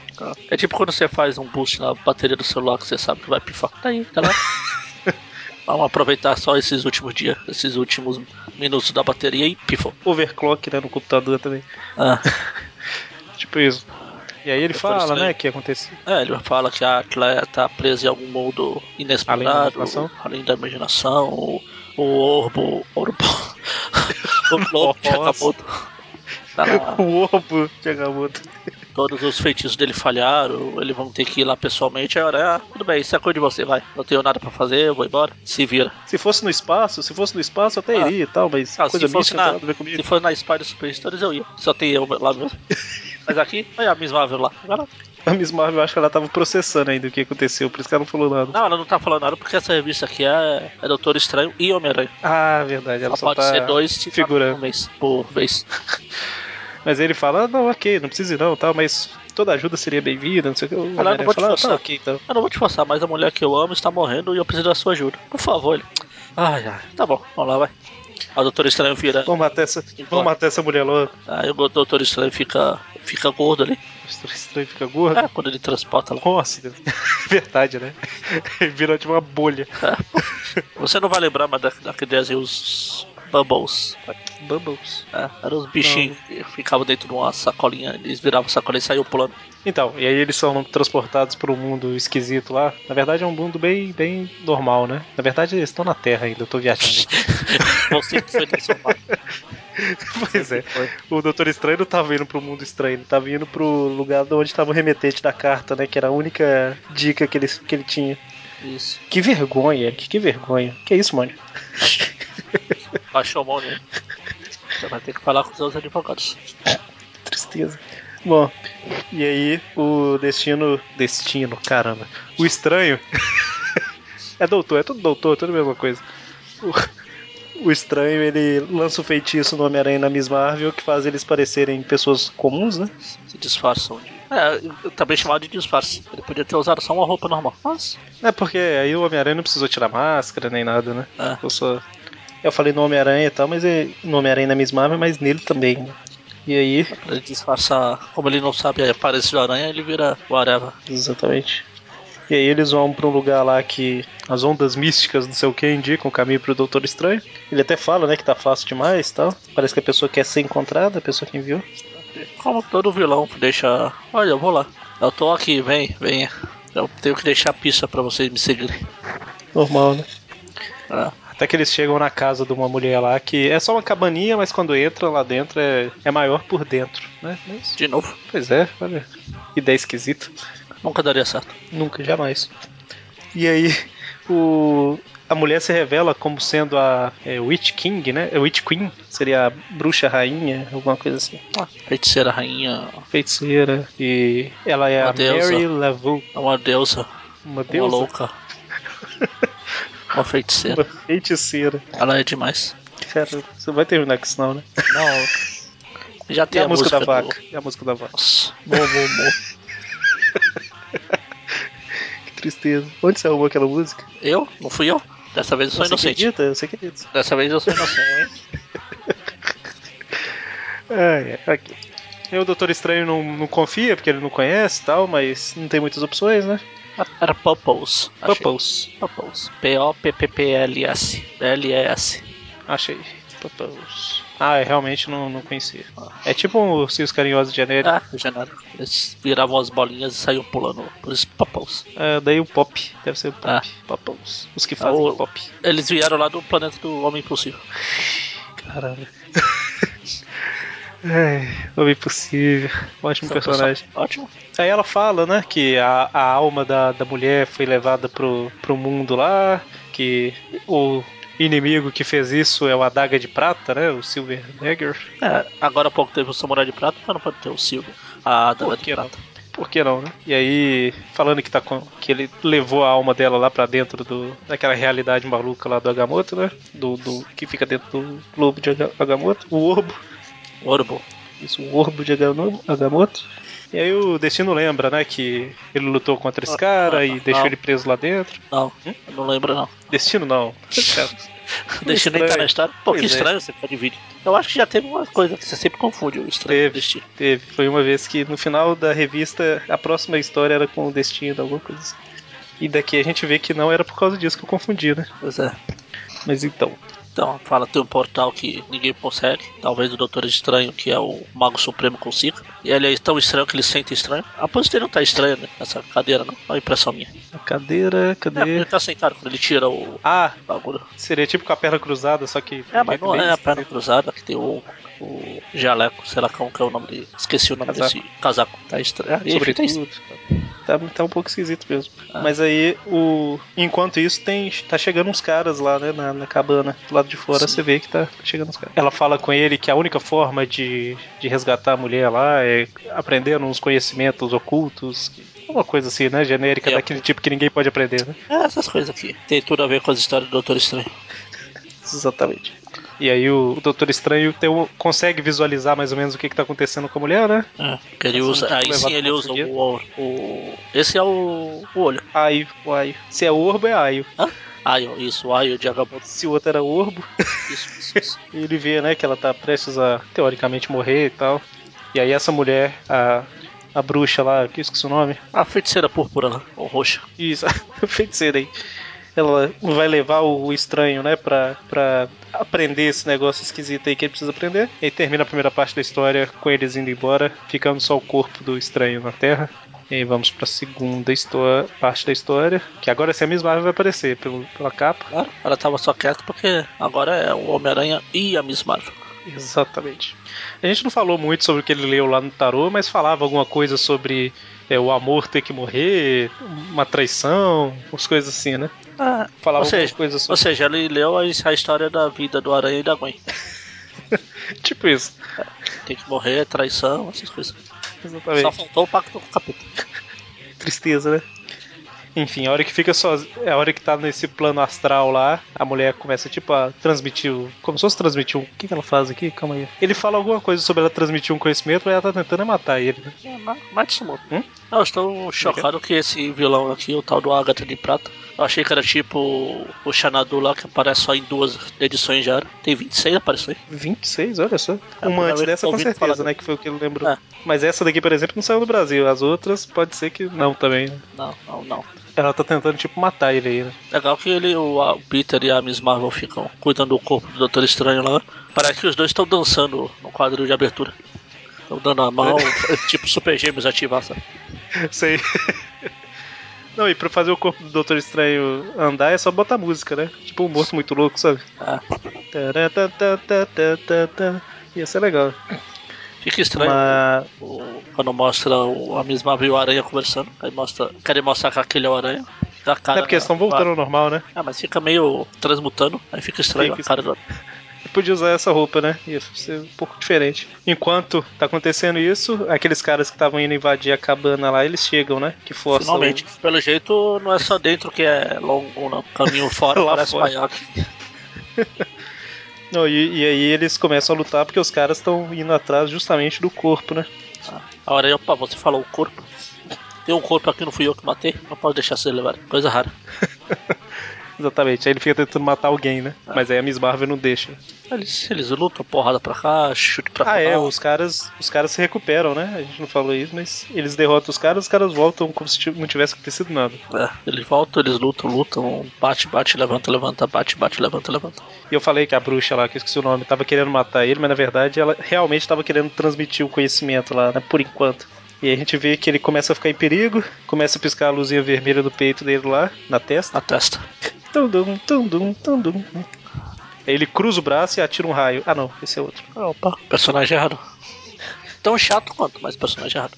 B: É tipo quando você faz um boost na bateria do celular que você sabe que vai pifar. Tá aí, *laughs* tá lá. Vamos aproveitar só esses últimos dias, esses últimos minutos da bateria e pifou.
A: Overclock, né, no computador também.
B: Ah,
A: Tipo isso. E aí ele
B: Eu
A: fala,
B: pareço
A: né,
B: aí.
A: que aconteceu. *laughs*
B: é, ele fala que a Claire tá presa em algum mundo
A: Além da
B: inexplorado,
A: imaginação?
B: além da imaginação, o, o orbo, orbo, *laughs* o globo de
A: Nossa.
B: Agamotto. Tá lá.
A: O ovo de Agamotto.
B: todos os feitiços dele falharam, eles vão ter que ir lá pessoalmente. Aí eu, ah, tudo bem, isso é coisa de você, vai. Não tenho nada pra fazer, eu vou embora. Se vira.
A: Se fosse no espaço, se fosse no espaço eu até
B: Ah.
A: iria e tal, mas
B: Ah,
A: coisa
B: se fosse
A: mística não tem
B: na,
A: nada a ver comigo.
B: se fosse na Spider Super Stories, eu ia. Só tem eu lá mesmo. Mas aqui, olha a Miss Marvel lá. Vai lá.
A: A Miss Marvel, eu acho que ela tava processando ainda o que aconteceu, por isso que ela não falou nada.
B: Não, ela não tá falando nada porque essa revista aqui é, é Doutor Estranho e Homem-Aranha.
A: Ah, verdade, ela,
B: Ela
A: só
B: pode
A: tá
B: ser dois títulos
A: figurando.
B: por mês. Por mês.
A: Mas ele fala, ah, não, ok, não precisa ir não, tal, mas toda ajuda seria bem-vinda, não sei o que. O Homem-Aranha
B: não pode
A: fala, ah,
B: forçar.
A: tá ok, então.
B: Eu não vou te forçar, mas a mulher que eu amo está morrendo e eu preciso da sua ajuda. Por favor, ele. Ai, ai. Tá bom, vamos lá, vai. A Doutora Estranho vira.
A: Vamos matar essa, vamos matar essa mulher logo.
B: Aí o Doutor Estranho fica, fica gordo ali.
A: O Doutor Estranho fica
B: *laughs*
A: gordo.
B: É, quando ele transporta lá.
A: Nossa, Deus. *laughs* verdade, né? *laughs* Ele Virou tipo uma bolha.
B: É, Você não vai lembrar mais da- daquele desenho os Bubbles.
A: Bubbles.
B: É, eram os bichinhos que ficavam dentro de uma sacolinha, eles viravam a sacolinha e
A: *laughs*
B: saíam pulando.
A: Então, e aí eles são transportados para um mundo esquisito lá. Na verdade é um mundo bem, bem normal, né? Na verdade eles estão na Terra ainda, eu tô viajando.
B: Você que foi transformado.
A: pois é. O Doutor Estranho não tava indo pro mundo estranho, ele tava indo pro lugar de onde tava o remetente da carta, né? Que era a única dica que ele, que ele tinha.
B: Isso.
A: Que vergonha, Eric, que vergonha. Que isso, mano?
B: Baixou a mão nele. Você vai ter que falar com os seus advogados.
A: Tristeza. Bom, e aí o destino. Destino, caramba. O estranho. *laughs* é doutor, é tudo doutor, é tudo a mesma coisa. O, o estranho, ele lança o feitiço no Homem-Aranha e na Miss Marvel, que faz eles parecerem pessoas comuns, né?
B: Se disfarçam de. É, também chamado de disfarce. Ele podia ter usado só uma roupa normal. Mas.
A: É porque aí o Homem-Aranha não precisou tirar máscara nem nada, né?
B: É.
A: Eu só. Eu falei no Homem-Aranha e tal, mas é no Homem-Aranha e na Miss Marvel, mas nele também. né? E aí.
B: Pra ele disfarçar, como ele não sabe a aparência do aranha, ele vira whatever.
A: Exatamente. E aí eles vão pra um lugar lá que as ondas místicas, não sei o que, indicam o caminho pro Doutor Estranho. Ele até fala, né, que tá fácil demais e tal. Parece que a pessoa quer ser encontrada, a pessoa que enviou.
B: Como todo vilão deixa. Olha, eu vou lá. Eu tô aqui, vem, venha. Eu tenho que deixar a pista pra vocês me seguirem.
A: Normal, né?
B: Ah,
A: Até que eles chegam na casa de uma mulher lá que é só uma cabaninha, mas quando entra lá dentro é, é maior por dentro, né? Mas,
B: de novo,
A: pois é, olha. Ideia esquisita.
B: nunca daria certo.
A: Nunca, jamais. E aí, o... a mulher se revela como sendo a é, Witch King, né? É Witch Queen, seria a bruxa rainha, alguma coisa assim.
B: Ah, feiticeira, rainha,
A: Feiticeira. E ela é
B: Uma
A: a
B: deusa.
A: Mary Laveau,
B: é uma deusa,
A: uma
B: uma
A: deusa,
B: louca. uma
A: *laughs* uma
B: feiticeira.
A: feiticeira.
B: Ela
A: *laughs*
B: é demais.
A: Cara, você vai terminar com isso não, né?
B: Não. Já
A: E
B: tem
A: a, música, da
B: do-
A: vaca. E a música da vaca.
B: Nossa, bom, bom,
A: Que tristeza. Onde você arrumou aquela música?
B: bom. Eu? Não fui eu? Dessa vez eu sou
A: você
B: inocente.
A: acredita? Você acredita?
B: Dessa vez eu sou
A: *laughs*
B: inocente.
A: É, é, aqui. E o Doutor Estranho não, não confia, porque ele não conhece e tal, mas não tem muitas opções, né?
B: Era Purples. achei.
A: Purples.
B: Purples. P-O-P-P-P-L-S. L-E-S.
A: Achei. Ah, eu realmente não, não conhecia. É tipo um ursinhos carinhosos de janeiro.
B: Ah, genérico. Eles viravam as bolinhas e saíam pulando. Por isso, Purples.
A: É, daí o pop. Deve ser o pop.
B: Ah.
A: Popos. Os que fazem
B: Ah, o-
A: pop.
B: Eles vieram lá do planeta do Homem Impossível.
A: Caramba. *laughs* Ai, Homem Impossível. Ótimo personagem.
B: Ótimo.
A: Aí ela fala, né, que a, a alma da, da mulher foi levada pro, pro mundo lá, que o inimigo que fez isso é o Adaga de Prata, né, o Silver Dagger.
B: É, agora há pouco teve o Samurai de Prata, mas não pode ter o Silvio. A Dama
A: Por
B: de
A: que não?
B: Prata.
A: Por que não, né? E aí, falando que, tá com, que ele levou a alma dela lá pra dentro do, daquela realidade maluca lá do Agamotto, né? Do, do- que fica dentro do globo de Aga- Agamotto, o orbo.
B: Orbo.
A: Isso, o orbo de Agano- Agamotto. E aí o Destino lembra, né? Que ele lutou contra esse cara e
B: ah,
A: deixou
B: não.
A: ele preso lá dentro.
B: Não, eu não lembro
A: *laughs*
B: não.
A: Destino não. tá
B: Deixa nem estar
A: estranho.
B: na história. Pô,
A: Pois
B: que
A: é.
B: estranho você pode vir. Eu acho que já teve uma coisa que você sempre confunde o estranho
A: Teve.
B: do destino.
A: Teve. Foi uma vez que no final da revista a próxima história era com o Destino, alguma coisa assim. E daqui a gente vê que não era por causa disso que eu confundi, né?
B: Pois é.
A: Mas então.
B: Então, fala, tem um portal que ninguém consegue. Talvez o Doutor Estranho, que é o Mago Supremo, consiga. E ele é tão estranho que ele sente estranho. Aposto que ele não tá estranho né, nessa cadeira, não. É uma impressão minha.
A: A cadeira,
B: É, porque
A: cadê?
B: ele tá sentado quando ele tira o
A: Ah,
B: bagulho.
A: seria tipo com a perna cruzada, só que.
B: É, mas não
A: bem
B: é a perna
A: esquisito.
B: cruzada que tem o, o jaleco, sei lá como que é o nome dele. Esqueci o nome
A: Casaco.
B: desse casaco. Tá estranho. Enfim, tá
A: Sobretudo.
B: estranho.
A: Tá, tá um pouco esquisito mesmo.
B: Ah.
A: Mas aí, o enquanto isso, tem tá chegando uns caras lá, né, na, na cabana. Do lado de fora,
B: Sim.
A: você vê que tá chegando uns caras. Ela fala com ele que a única forma de, de resgatar a mulher lá é aprendendo uns conhecimentos ocultos. Uma coisa assim, né, genérica,
B: É.
A: daquele tipo que ninguém pode aprender, né?
B: É, essas coisas aqui. Tem tudo a ver com as histórias do Doutor Estranho.
A: Exatamente. E aí o Doutor Estranho tem um- consegue visualizar mais ou menos o que, que tá acontecendo com a mulher, né?
B: É, que ele
A: Passando
B: usa,
A: tipo
B: aí
A: levado
B: sim ele
A: por
B: usa
A: dia.
B: o, o- Esse é o, o olho.
A: Aio, o Aio. Se é Orbo, é Aio.
B: Hã? Ayo, isso, Ayo de Agamotto.
A: Se o outro era Orbo, *laughs*
B: Isso, isso, isso.
A: ele vê, né, que ela tá prestes a, teoricamente, morrer e tal. E aí essa mulher, a, a bruxa lá, que eu esqueci o nome.
B: A feiticeira púrpura, né? Ou roxa.
A: Isso, *laughs* a feiticeira aí. Ela vai levar o estranho, né, pra, pra aprender esse negócio esquisito aí que ele precisa aprender. E aí termina a primeira parte da história com eles indo embora, ficando só o corpo do estranho na Terra. E aí vamos pra segunda histó- parte da história, que agora essa mesma árvore vai aparecer pelo, pela capa.
B: Claro, Né? ela tava só quieta porque agora é o Homem-Aranha e a Miss Marvel.
A: Exatamente. A gente não falou muito sobre o que ele leu lá no tarô, mas falava alguma coisa sobre é, o amor ter que morrer, uma traição, umas coisas assim, né?
B: Ah,
A: Falava
B: Ou seja,
A: alguma coisa
B: ou
A: sobre.
B: seja, ele leu a, a história da vida do Aranha e da Gwen.
A: *laughs* Tipo isso.
B: Tem que morrer, é traição, essas coisas.
A: Exatamente.
B: Só faltou o pacto com o capeta.
A: Tristeza, né? Enfim, a hora que fica sozinho, a hora que tá nesse plano astral lá, a mulher começa tipo a transmitir, o- como se fosse transmitir um, o que que ela faz aqui? Calma aí. Ele fala alguma coisa sobre ela transmitir um conhecimento, mas ela tá tentando é matar ele, né?
B: É, Ma- Matsumoto.
A: Hum?
B: Eu estou chocado que esse vilão aqui, o tal do Agatha de Prata, eu achei que era tipo o Xanadu lá que aparece só em duas edições já. era. Tem 26 apareceu.
A: 26, olha só.
B: É,
A: Uma
B: eu
A: antes
B: tô
A: dessa, com
B: ouvindo
A: certeza,
B: falar.
A: né? Que foi o que ele lembrou.
B: É.
A: Mas essa daqui, por exemplo, não saiu do Brasil. As outras, pode ser que não também. né?
B: Não, não, não.
A: Ela tá tentando, tipo, matar ele aí, né?
B: Legal que ele, o a- o Peter e a Miss Marvel ficam cuidando do corpo do Doutor Estranho lá. Parece que os dois estão dançando no quadril de abertura. Estão dando
A: *laughs*
B: a mão, tipo Super Gêmeos É. ativar, sabe?
A: *laughs* Sei. Não, e pra fazer o corpo do Doutor Estranho andar é só botar música, né? Tipo um morto muito louco, sabe? tá,
B: Ah,
A: Taratatatata. tá, Ia ser legal.
B: fica estranho.
A: Mas.
B: O- quando mostra o- a mesma viu o aranha conversando, aí mostra, querem mostrar que aquele é o aranha. Da cara
A: É porque eles
B: da-
A: estão voltando ao normal, né?
B: Ah, mas fica meio transmutando, aí fica estranho
A: Fica
B: a cara do.
A: podia usar essa roupa, né? Ia ser um pouco diferente. Enquanto tá acontecendo isso, aqueles caras que estavam indo invadir a cabana lá, eles chegam, né? Que forçam.
B: Finalmente, pelo jeito não é só dentro que é longo, não.
A: *laughs*
B: Caminho fora
A: Lá
B: parece
A: fora.
B: maiaque.
A: Não, e, e aí eles começam a lutar porque os caras estão indo atrás justamente do corpo, né?
B: A aranha, opa, você falou o corpo. Tem um corpo aqui, não fui eu que matei, não posso deixar ser levar. Coisa rara.
A: Exatamente. Aí ele fica tentando matar alguém, né? Mas aí a Miss Marvel não deixa.
B: Eles, eles lutam, porrada pra cá, chute pra cá.
A: Ah, é, os caras, os caras se recuperam, né? A gente não falou isso, mas eles derrotam os caras, os caras voltam como se ti- não tivesse acontecido nada.
B: É, eles voltam, eles lutam, lutam, bate, bate, levanta, levanta, bate, bate, levanta, levanta.
A: E eu falei que a bruxa lá, que eu esqueci o nome, tava querendo matar ele, mas na verdade ela realmente tava querendo transmitir o conhecimento lá, né? Por enquanto. E aí a gente vê que ele começa a ficar em perigo, começa a piscar a luzinha vermelha do peito dele lá, na testa.
B: Na testa.
A: Tandum, tandum, tandum. Aí ele cruza o braço e atira um raio. Ah não, esse é outro. *laughs*
B: Opa, personagem é errado. Tão chato quanto, mas personagem é errado.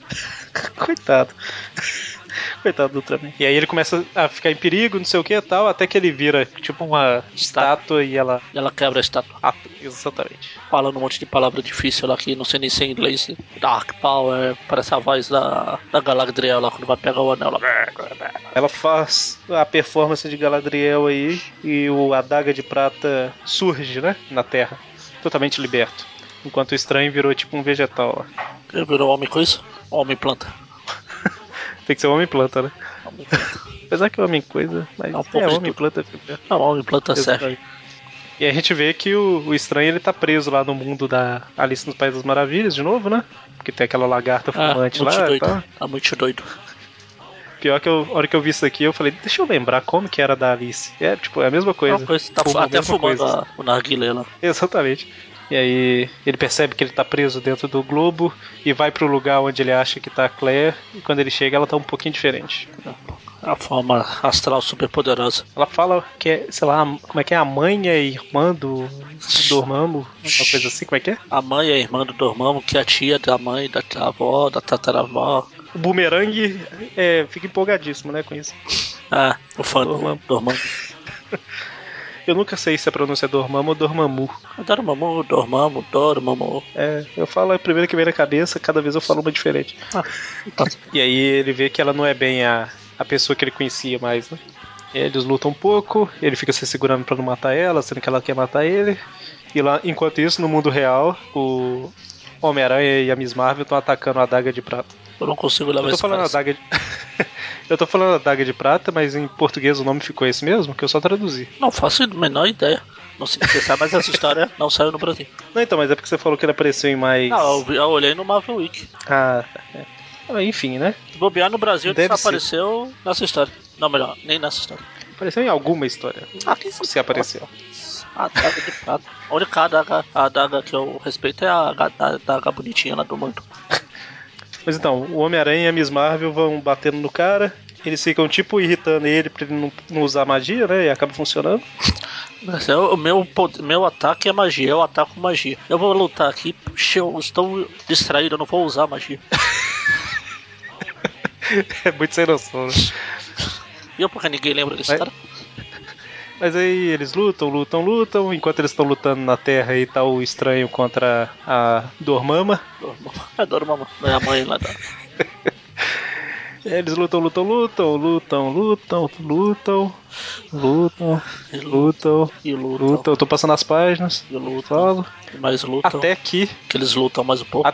A: Coitado. *laughs* Coitado do Ultraman. E aí ele começa a ficar em perigo, não sei o que e tal, até que ele vira tipo uma estátua e ela.
B: E ela quebra a estátua,
A: Ah, exatamente.
B: falando um monte de palavra difícil lá que não sei nem se é em inglês. Dark Power, parece a voz da, da Galadriel lá quando vai pegar o anel lá.
A: Ela faz a performance de Galadriel aí e o Adaga de Prata surge, né? Na Terra. Totalmente liberto. Enquanto o estranho virou tipo um vegetal lá.
B: Ele virou homem com isso? Homem planta.
A: *laughs* Tem que ser homem planta, né?
B: Homem planta.
A: Apesar que é homem coisa, mas
B: É
A: é,
B: um pouco de
A: homem planta fica.
B: Não, tá homem planta serve.
A: Exatamente. E a gente vê que o, o estranho ele tá preso lá no mundo da Alice no País das Maravilhas de novo, né? Porque tem aquela lagarta
B: Ah,
A: fumante
B: muito
A: lá e
B: doido.
A: tal.
B: Tá muito doido.
A: Pior que eu, a hora que eu vi isso aqui, eu falei, deixa eu lembrar como que era da Alice. É, tipo, é a mesma
B: É
A: coisa.
B: uma coisa, tá
A: Fuma a
B: até
A: mesma
B: fumando
A: coisa.
B: a- o narguilé lá.
A: *laughs* Exatamente. E aí ele percebe que ele tá preso dentro do globo e vai pro lugar onde ele acha que tá a Claire. E quando ele chega, ela tá um pouquinho diferente.
B: A forma astral super poderosa.
A: Ela fala que é, sei lá, como é que é? A mãe é irmã do, do Dormammu? Uma coisa assim, como é que é?
B: A mãe é a irmã do Dormammu, que é a tia da mãe, da avó, da tataravó.
A: o Boomerang é, fica empolgadíssimo, né, com isso.
B: Ah, o fã do
A: Dormammu.
B: Dormammu.
A: Eu nunca sei se a pronúncia é Dormammu ou Dormammu.
B: Dormammu, Dormammu, Dormammu.
A: É, eu falo a primeira que vem na cabeça, cada vez eu falo uma diferente.
B: Tá.
A: E aí ele vê que ela não é bem a, a pessoa que ele conhecia mais, né? Eles lutam um pouco, ele fica se segurando pra não matar ela, sendo que ela quer matar ele. E lá, enquanto isso, no mundo real, o Homem-Aranha e a Miss Marvel estão atacando a adaga de prata.
B: Eu não consigo levar
A: Eu tô
B: esse
A: falando
B: cara.
A: adaga de... *laughs* Eu tô falando adaga de prata, mas em português o nome ficou esse mesmo, que eu só traduzi.
B: Não faço a menor ideia. Não sei se sabe, mas essa história não saiu no Brasil.
A: Não, então, mas é porque você falou que ele apareceu em mais.
B: Não, eu, vi- eu olhei no Marvel Week.
A: Ah, é. Ah, enfim, né?
B: Se bobear no Brasil, ele
A: Deve
B: só
A: ser.
B: apareceu nessa história. Não, melhor, nem nessa história.
A: Apareceu em alguma história.
B: Ah, que
A: Se apareceu.
B: A adaga de prata. A única adaga, a adaga que eu respeito é a aga- a adaga bonitinha lá do manto.
A: Mas então, o Homem-Aranha e a Miss Marvel vão batendo no cara. Eles ficam, tipo, irritando ele pra ele não, não usar magia, né? E acaba funcionando.
B: Mas é o o meu, pod- meu ataque é magia, eu ataco magia. Eu vou lutar aqui, puxa, eu estou distraído, eu não vou usar magia.
A: *laughs* é muito sem noção, né?
B: E eu porque ninguém lembra desse
A: Mas-
B: cara?
A: Mas aí eles lutam, lutam, lutam. Enquanto eles estão lutando na Terra aí, tá o estranho contra a Dormama.
B: Dormammu. É Dormammu, é a mãe lá da...
A: Eles lutam, lutam, lutam, lutam, lutam, lutam, lutam, lutam,
B: E lutam,
A: lutam. Eu tô passando as páginas.
B: e lutam,
A: Falo.
B: e mais lutam.
A: Até que.
B: Que eles lutam mais um pouco.
A: a-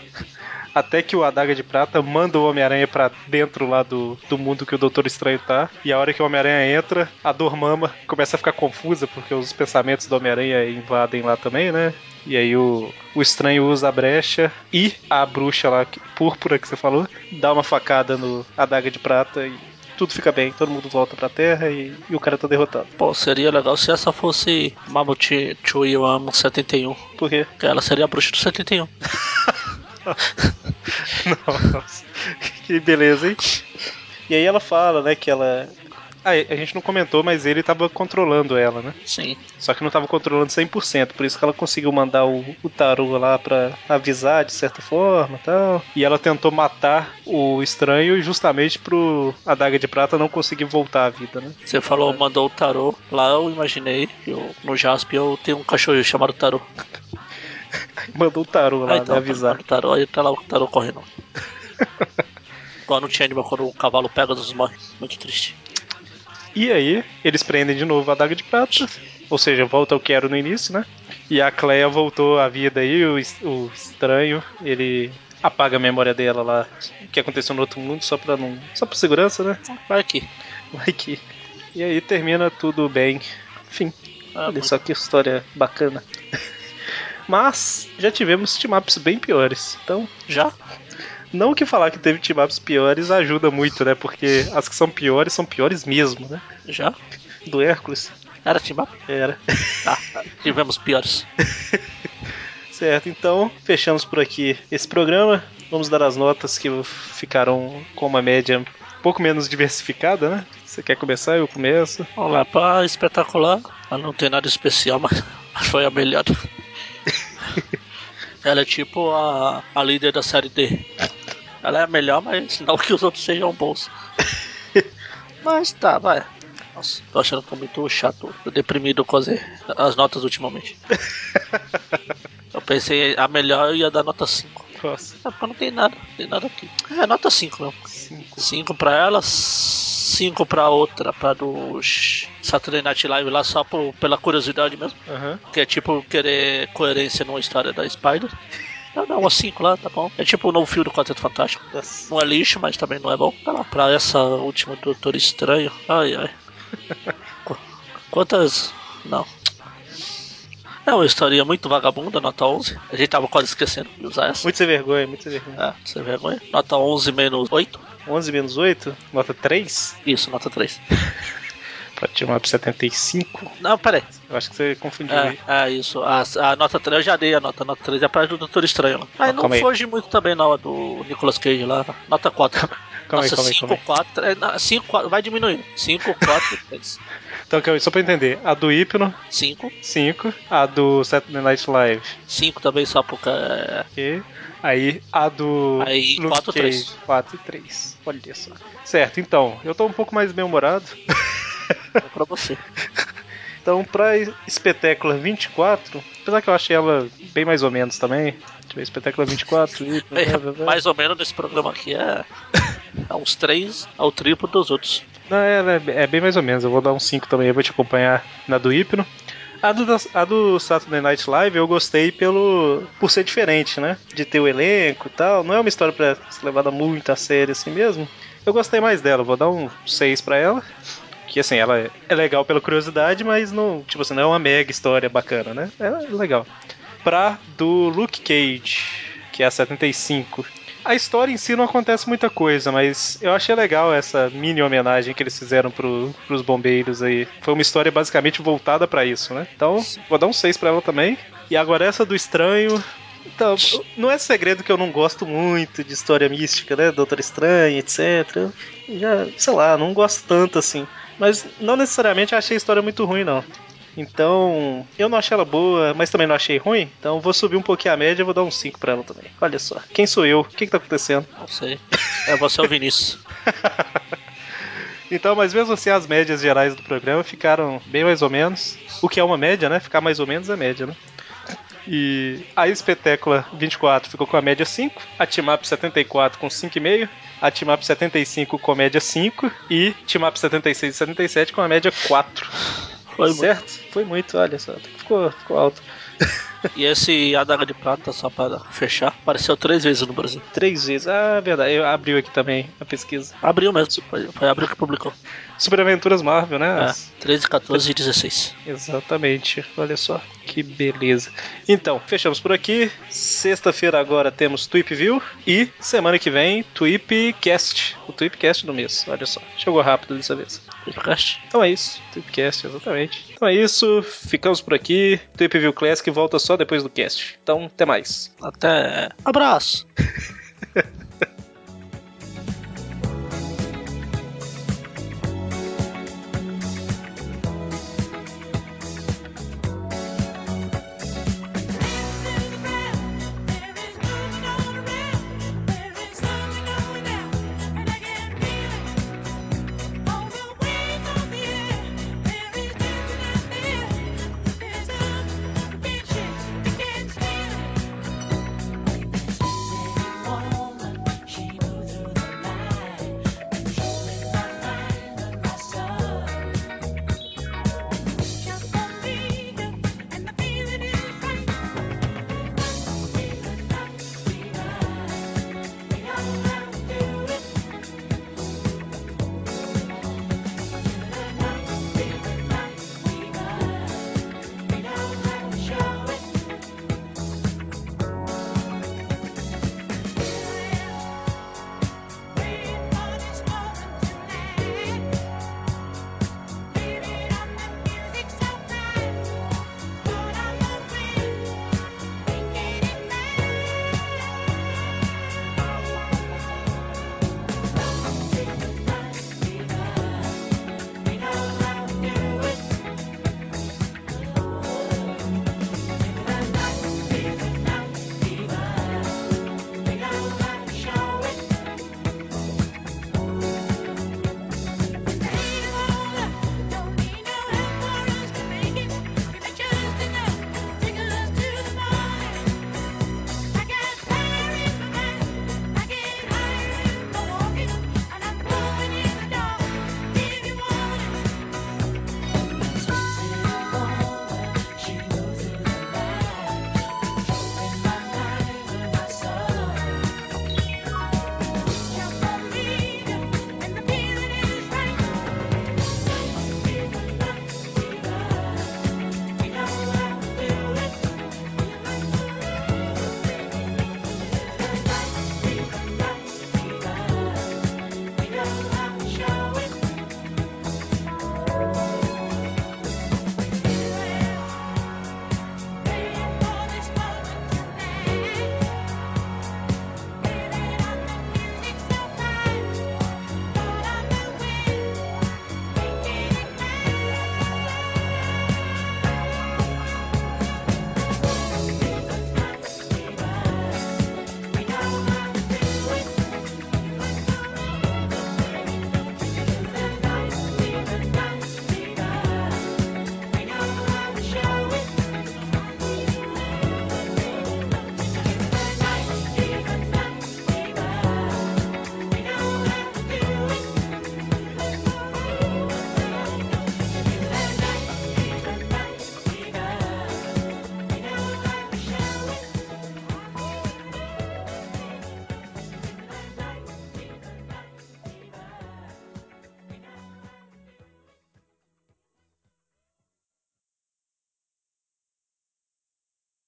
A: até que o Adaga de Prata manda o Homem-Aranha pra dentro lá do, do mundo que o Doutor Estranho tá. E a hora que o Homem-Aranha entra, a Dormama começa a ficar confusa, porque os pensamentos do Homem-Aranha invadem lá também, né? E aí o, o estranho usa a brecha e a bruxa lá, que- púrpura que você falou, dá uma facada no Adaga de Prata e tudo fica bem, todo mundo volta pra terra e, e o cara tá derrotado.
B: Pô, seria legal se essa fosse Mamute Chui Eu Amo 71.
A: Por quê?
B: Que ela seria a bruxa do 71.
A: Nossa, que beleza, hein? E aí ela fala, né, que ela. Ah, a gente não comentou, mas ele tava controlando ela, né?
B: Sim.
A: Só que não tava controlando 100%, por isso que ela conseguiu mandar o, o Taru lá pra avisar de certa forma e tal. E ela tentou matar o estranho justamente pro Adaga de Prata não conseguir voltar à vida, né?
B: Você falou, mandou o tarô. Lá eu imaginei que eu, no Jasp eu tenho um cachorro chamado tarô.
A: Mandou o Taru lá,
B: Ah,
A: né,
B: então,
A: avisar.
B: O tarô, aí tá lá o
A: *laughs*
B: tarô correndo. Igual no Changeman, quando o cavalo pega dos morre. Muito triste.
A: E aí, eles prendem de novo a Daga de Prata. Ou seja, volta ao que era no início, né? E a Cleia voltou à vida aí, o, es- o estranho, ele apaga a memória dela lá, o que aconteceu no outro mundo, só pra não. Só pra segurança, né?
B: Vai aqui.
A: Vai que. E aí termina tudo bem. Fim.
B: Ah,
A: Olha
B: muito-
A: só que história bacana. *laughs* Mas já tivemos team-ups bem piores. Então,
B: Já?
A: não que falar que teve team-ups piores ajuda muito, né? Porque as que são piores são piores mesmo, né?
B: Já?
A: Do Hércules.
B: Era Timba?
A: Era. *laughs*
B: Tá. Tivemos piores.
A: Certo, então fechamos por aqui esse programa. Vamos dar as notas que ficaram com uma média um pouco menos diversificada, né? Você quer começar? Eu começo.
B: Vamos lá, pá, espetacular. Ela não tem nada especial, mas *laughs* mas foi a melhor. Ela é tipo a, a líder da série D. Ela é a melhor, mas não que os outros sejam bons. *laughs* Mas tá, vai. Nossa, tô achando que eu muito chato, tô deprimido com as, as notas *laughs* ultimamente. Eu pensei, a melhor eu ia dar nota 5.
A: Nossa,
B: É porque não tem nada, não tem nada aqui. É, nota 5 mesmo.
A: cinco.
B: 5 pra ela, 5 pra outra, pra do Sh- Saturday Night Live lá, só por, pela curiosidade mesmo.
A: Aham.
B: Que é tipo querer coerência numa história da Spider. Não, não, umas 5 lá, tá bom. É tipo o novo filme do Quarteto Fantástico.
A: Nossa.
B: Não é lixo, mas também não é bom. Tá lá, pra essa última do Doutor Estranho. Ai, ai. Qu- Quantas. Não. É uma historinha muito vagabunda, nota 11. A gente tava quase esquecendo de usar essa.
A: Muito sem vergonha, muito sem vergonha.
B: É, sem vergonha. Nota 11 menos 8.
A: 11 menos 8, nota 3,
B: Isso, nota 3.
A: pra tirar para 75.
B: Não, peraí.
A: Eu acho que você confundiu aí.
B: É, é isso. A, a nota 3, eu já dei a nota. A nota 3 é pra do Doutor Estranho. lá. Aí
A: Ah,
B: não
A: calma aí.
B: foge muito também na hora do Nicolas Cage lá. Nota 4.
A: Calma aí,
B: Nossa,
A: calma aí,
B: 5,
A: calma aí.
B: *laughs* 4, 5, 4, vai diminuindo. 5, 4, 3.
A: Então, calma aí, só pra entender, a do Hipno,
B: 5.
A: 5. A do Saturday Night Live,
B: 5 também só porque. é,
A: ok. Aí a do.
B: Aí, quatro, três.
A: 4 e 3. Olha só. Certo, então, eu tô um pouco mais bem-humorado. *laughs*
B: É pra você.
A: Então, pra espetácula 24, apesar que eu achei ela bem mais ou menos também. tipo, Deixa eu ver, espetácula
B: *laughs*
A: 24,
B: É,
A: Hipno, blá, blá, blá.
B: mais ou menos nesse programa aqui é. É uns 3 ao triplo dos outros.
A: Não, é, é- é bem mais ou menos. Eu vou dar um 5 também, eu vou te acompanhar na do Hipno. A do, a do Saturday Night Live eu gostei pelo por ser diferente, né? De ter o elenco e tal. Não é uma história pra ser levada muito a sério assim mesmo. Eu gostei mais dela, vou dar um 6 pra ela. Que assim, ela é- é legal pela curiosidade, mas não, tipo assim, não é uma mega história bacana, né? É legal. Pra do Luke Cage, que é a 75. A história em si não acontece muita coisa, mas eu achei legal essa mini homenagem que eles fizeram pro, pros bombeiros aí. Foi uma história basicamente voltada pra isso, né? Então, vou dar um 6 pra ela também. E agora essa do estranho. Então, não é segredo que eu não gosto muito de história mística, né? Doutor Estranho, etc. Eu já, sei lá, não gosto tanto assim. Mas não necessariamente achei a história muito ruim, não. Então, eu não achei ela boa, mas também não achei ruim. Então, vou subir um pouquinho a média e vou dar um 5 pra ela também. Olha só, quem sou eu? O que, que tá acontecendo?
B: Não sei. É você ou o Vinícius.
A: Então, mas mesmo assim, as médias gerais do programa ficaram bem mais ou menos. O que é uma média, né? Ficar mais ou menos a média, né? E a espetácula 24 ficou com a média 5, a Timap 74 com 5,5, a Timap 75 com média 5 e Timap 76 e 77 com a média 4.
B: Foi muito.
A: certo? Foi muito, olha só, até que ficou, ficou alto.
B: E esse Adaga de Prata, só para fechar, apareceu três vezes no Brasil.
A: Três vezes. Ah, verdade. Eu abriu aqui também a pesquisa.
B: Abriu mesmo, foi, foi abril que publicou.
A: Super Aventuras Marvel, né? As-
B: É, 13, 14 e 16.
A: Exatamente. Olha só que beleza. Então, fechamos por aqui. Sexta-feira agora temos Tweep View e semana que vem Tweepcast. O Tweepcast do mês. Olha só. Chegou rápido dessa vez.
B: Podcast.
A: Então é isso. Tweepcast, exatamente. Então é isso. Ficamos por aqui. Tweep View Classic volta só depois do cast. Então, até mais.
B: Até. Abraço!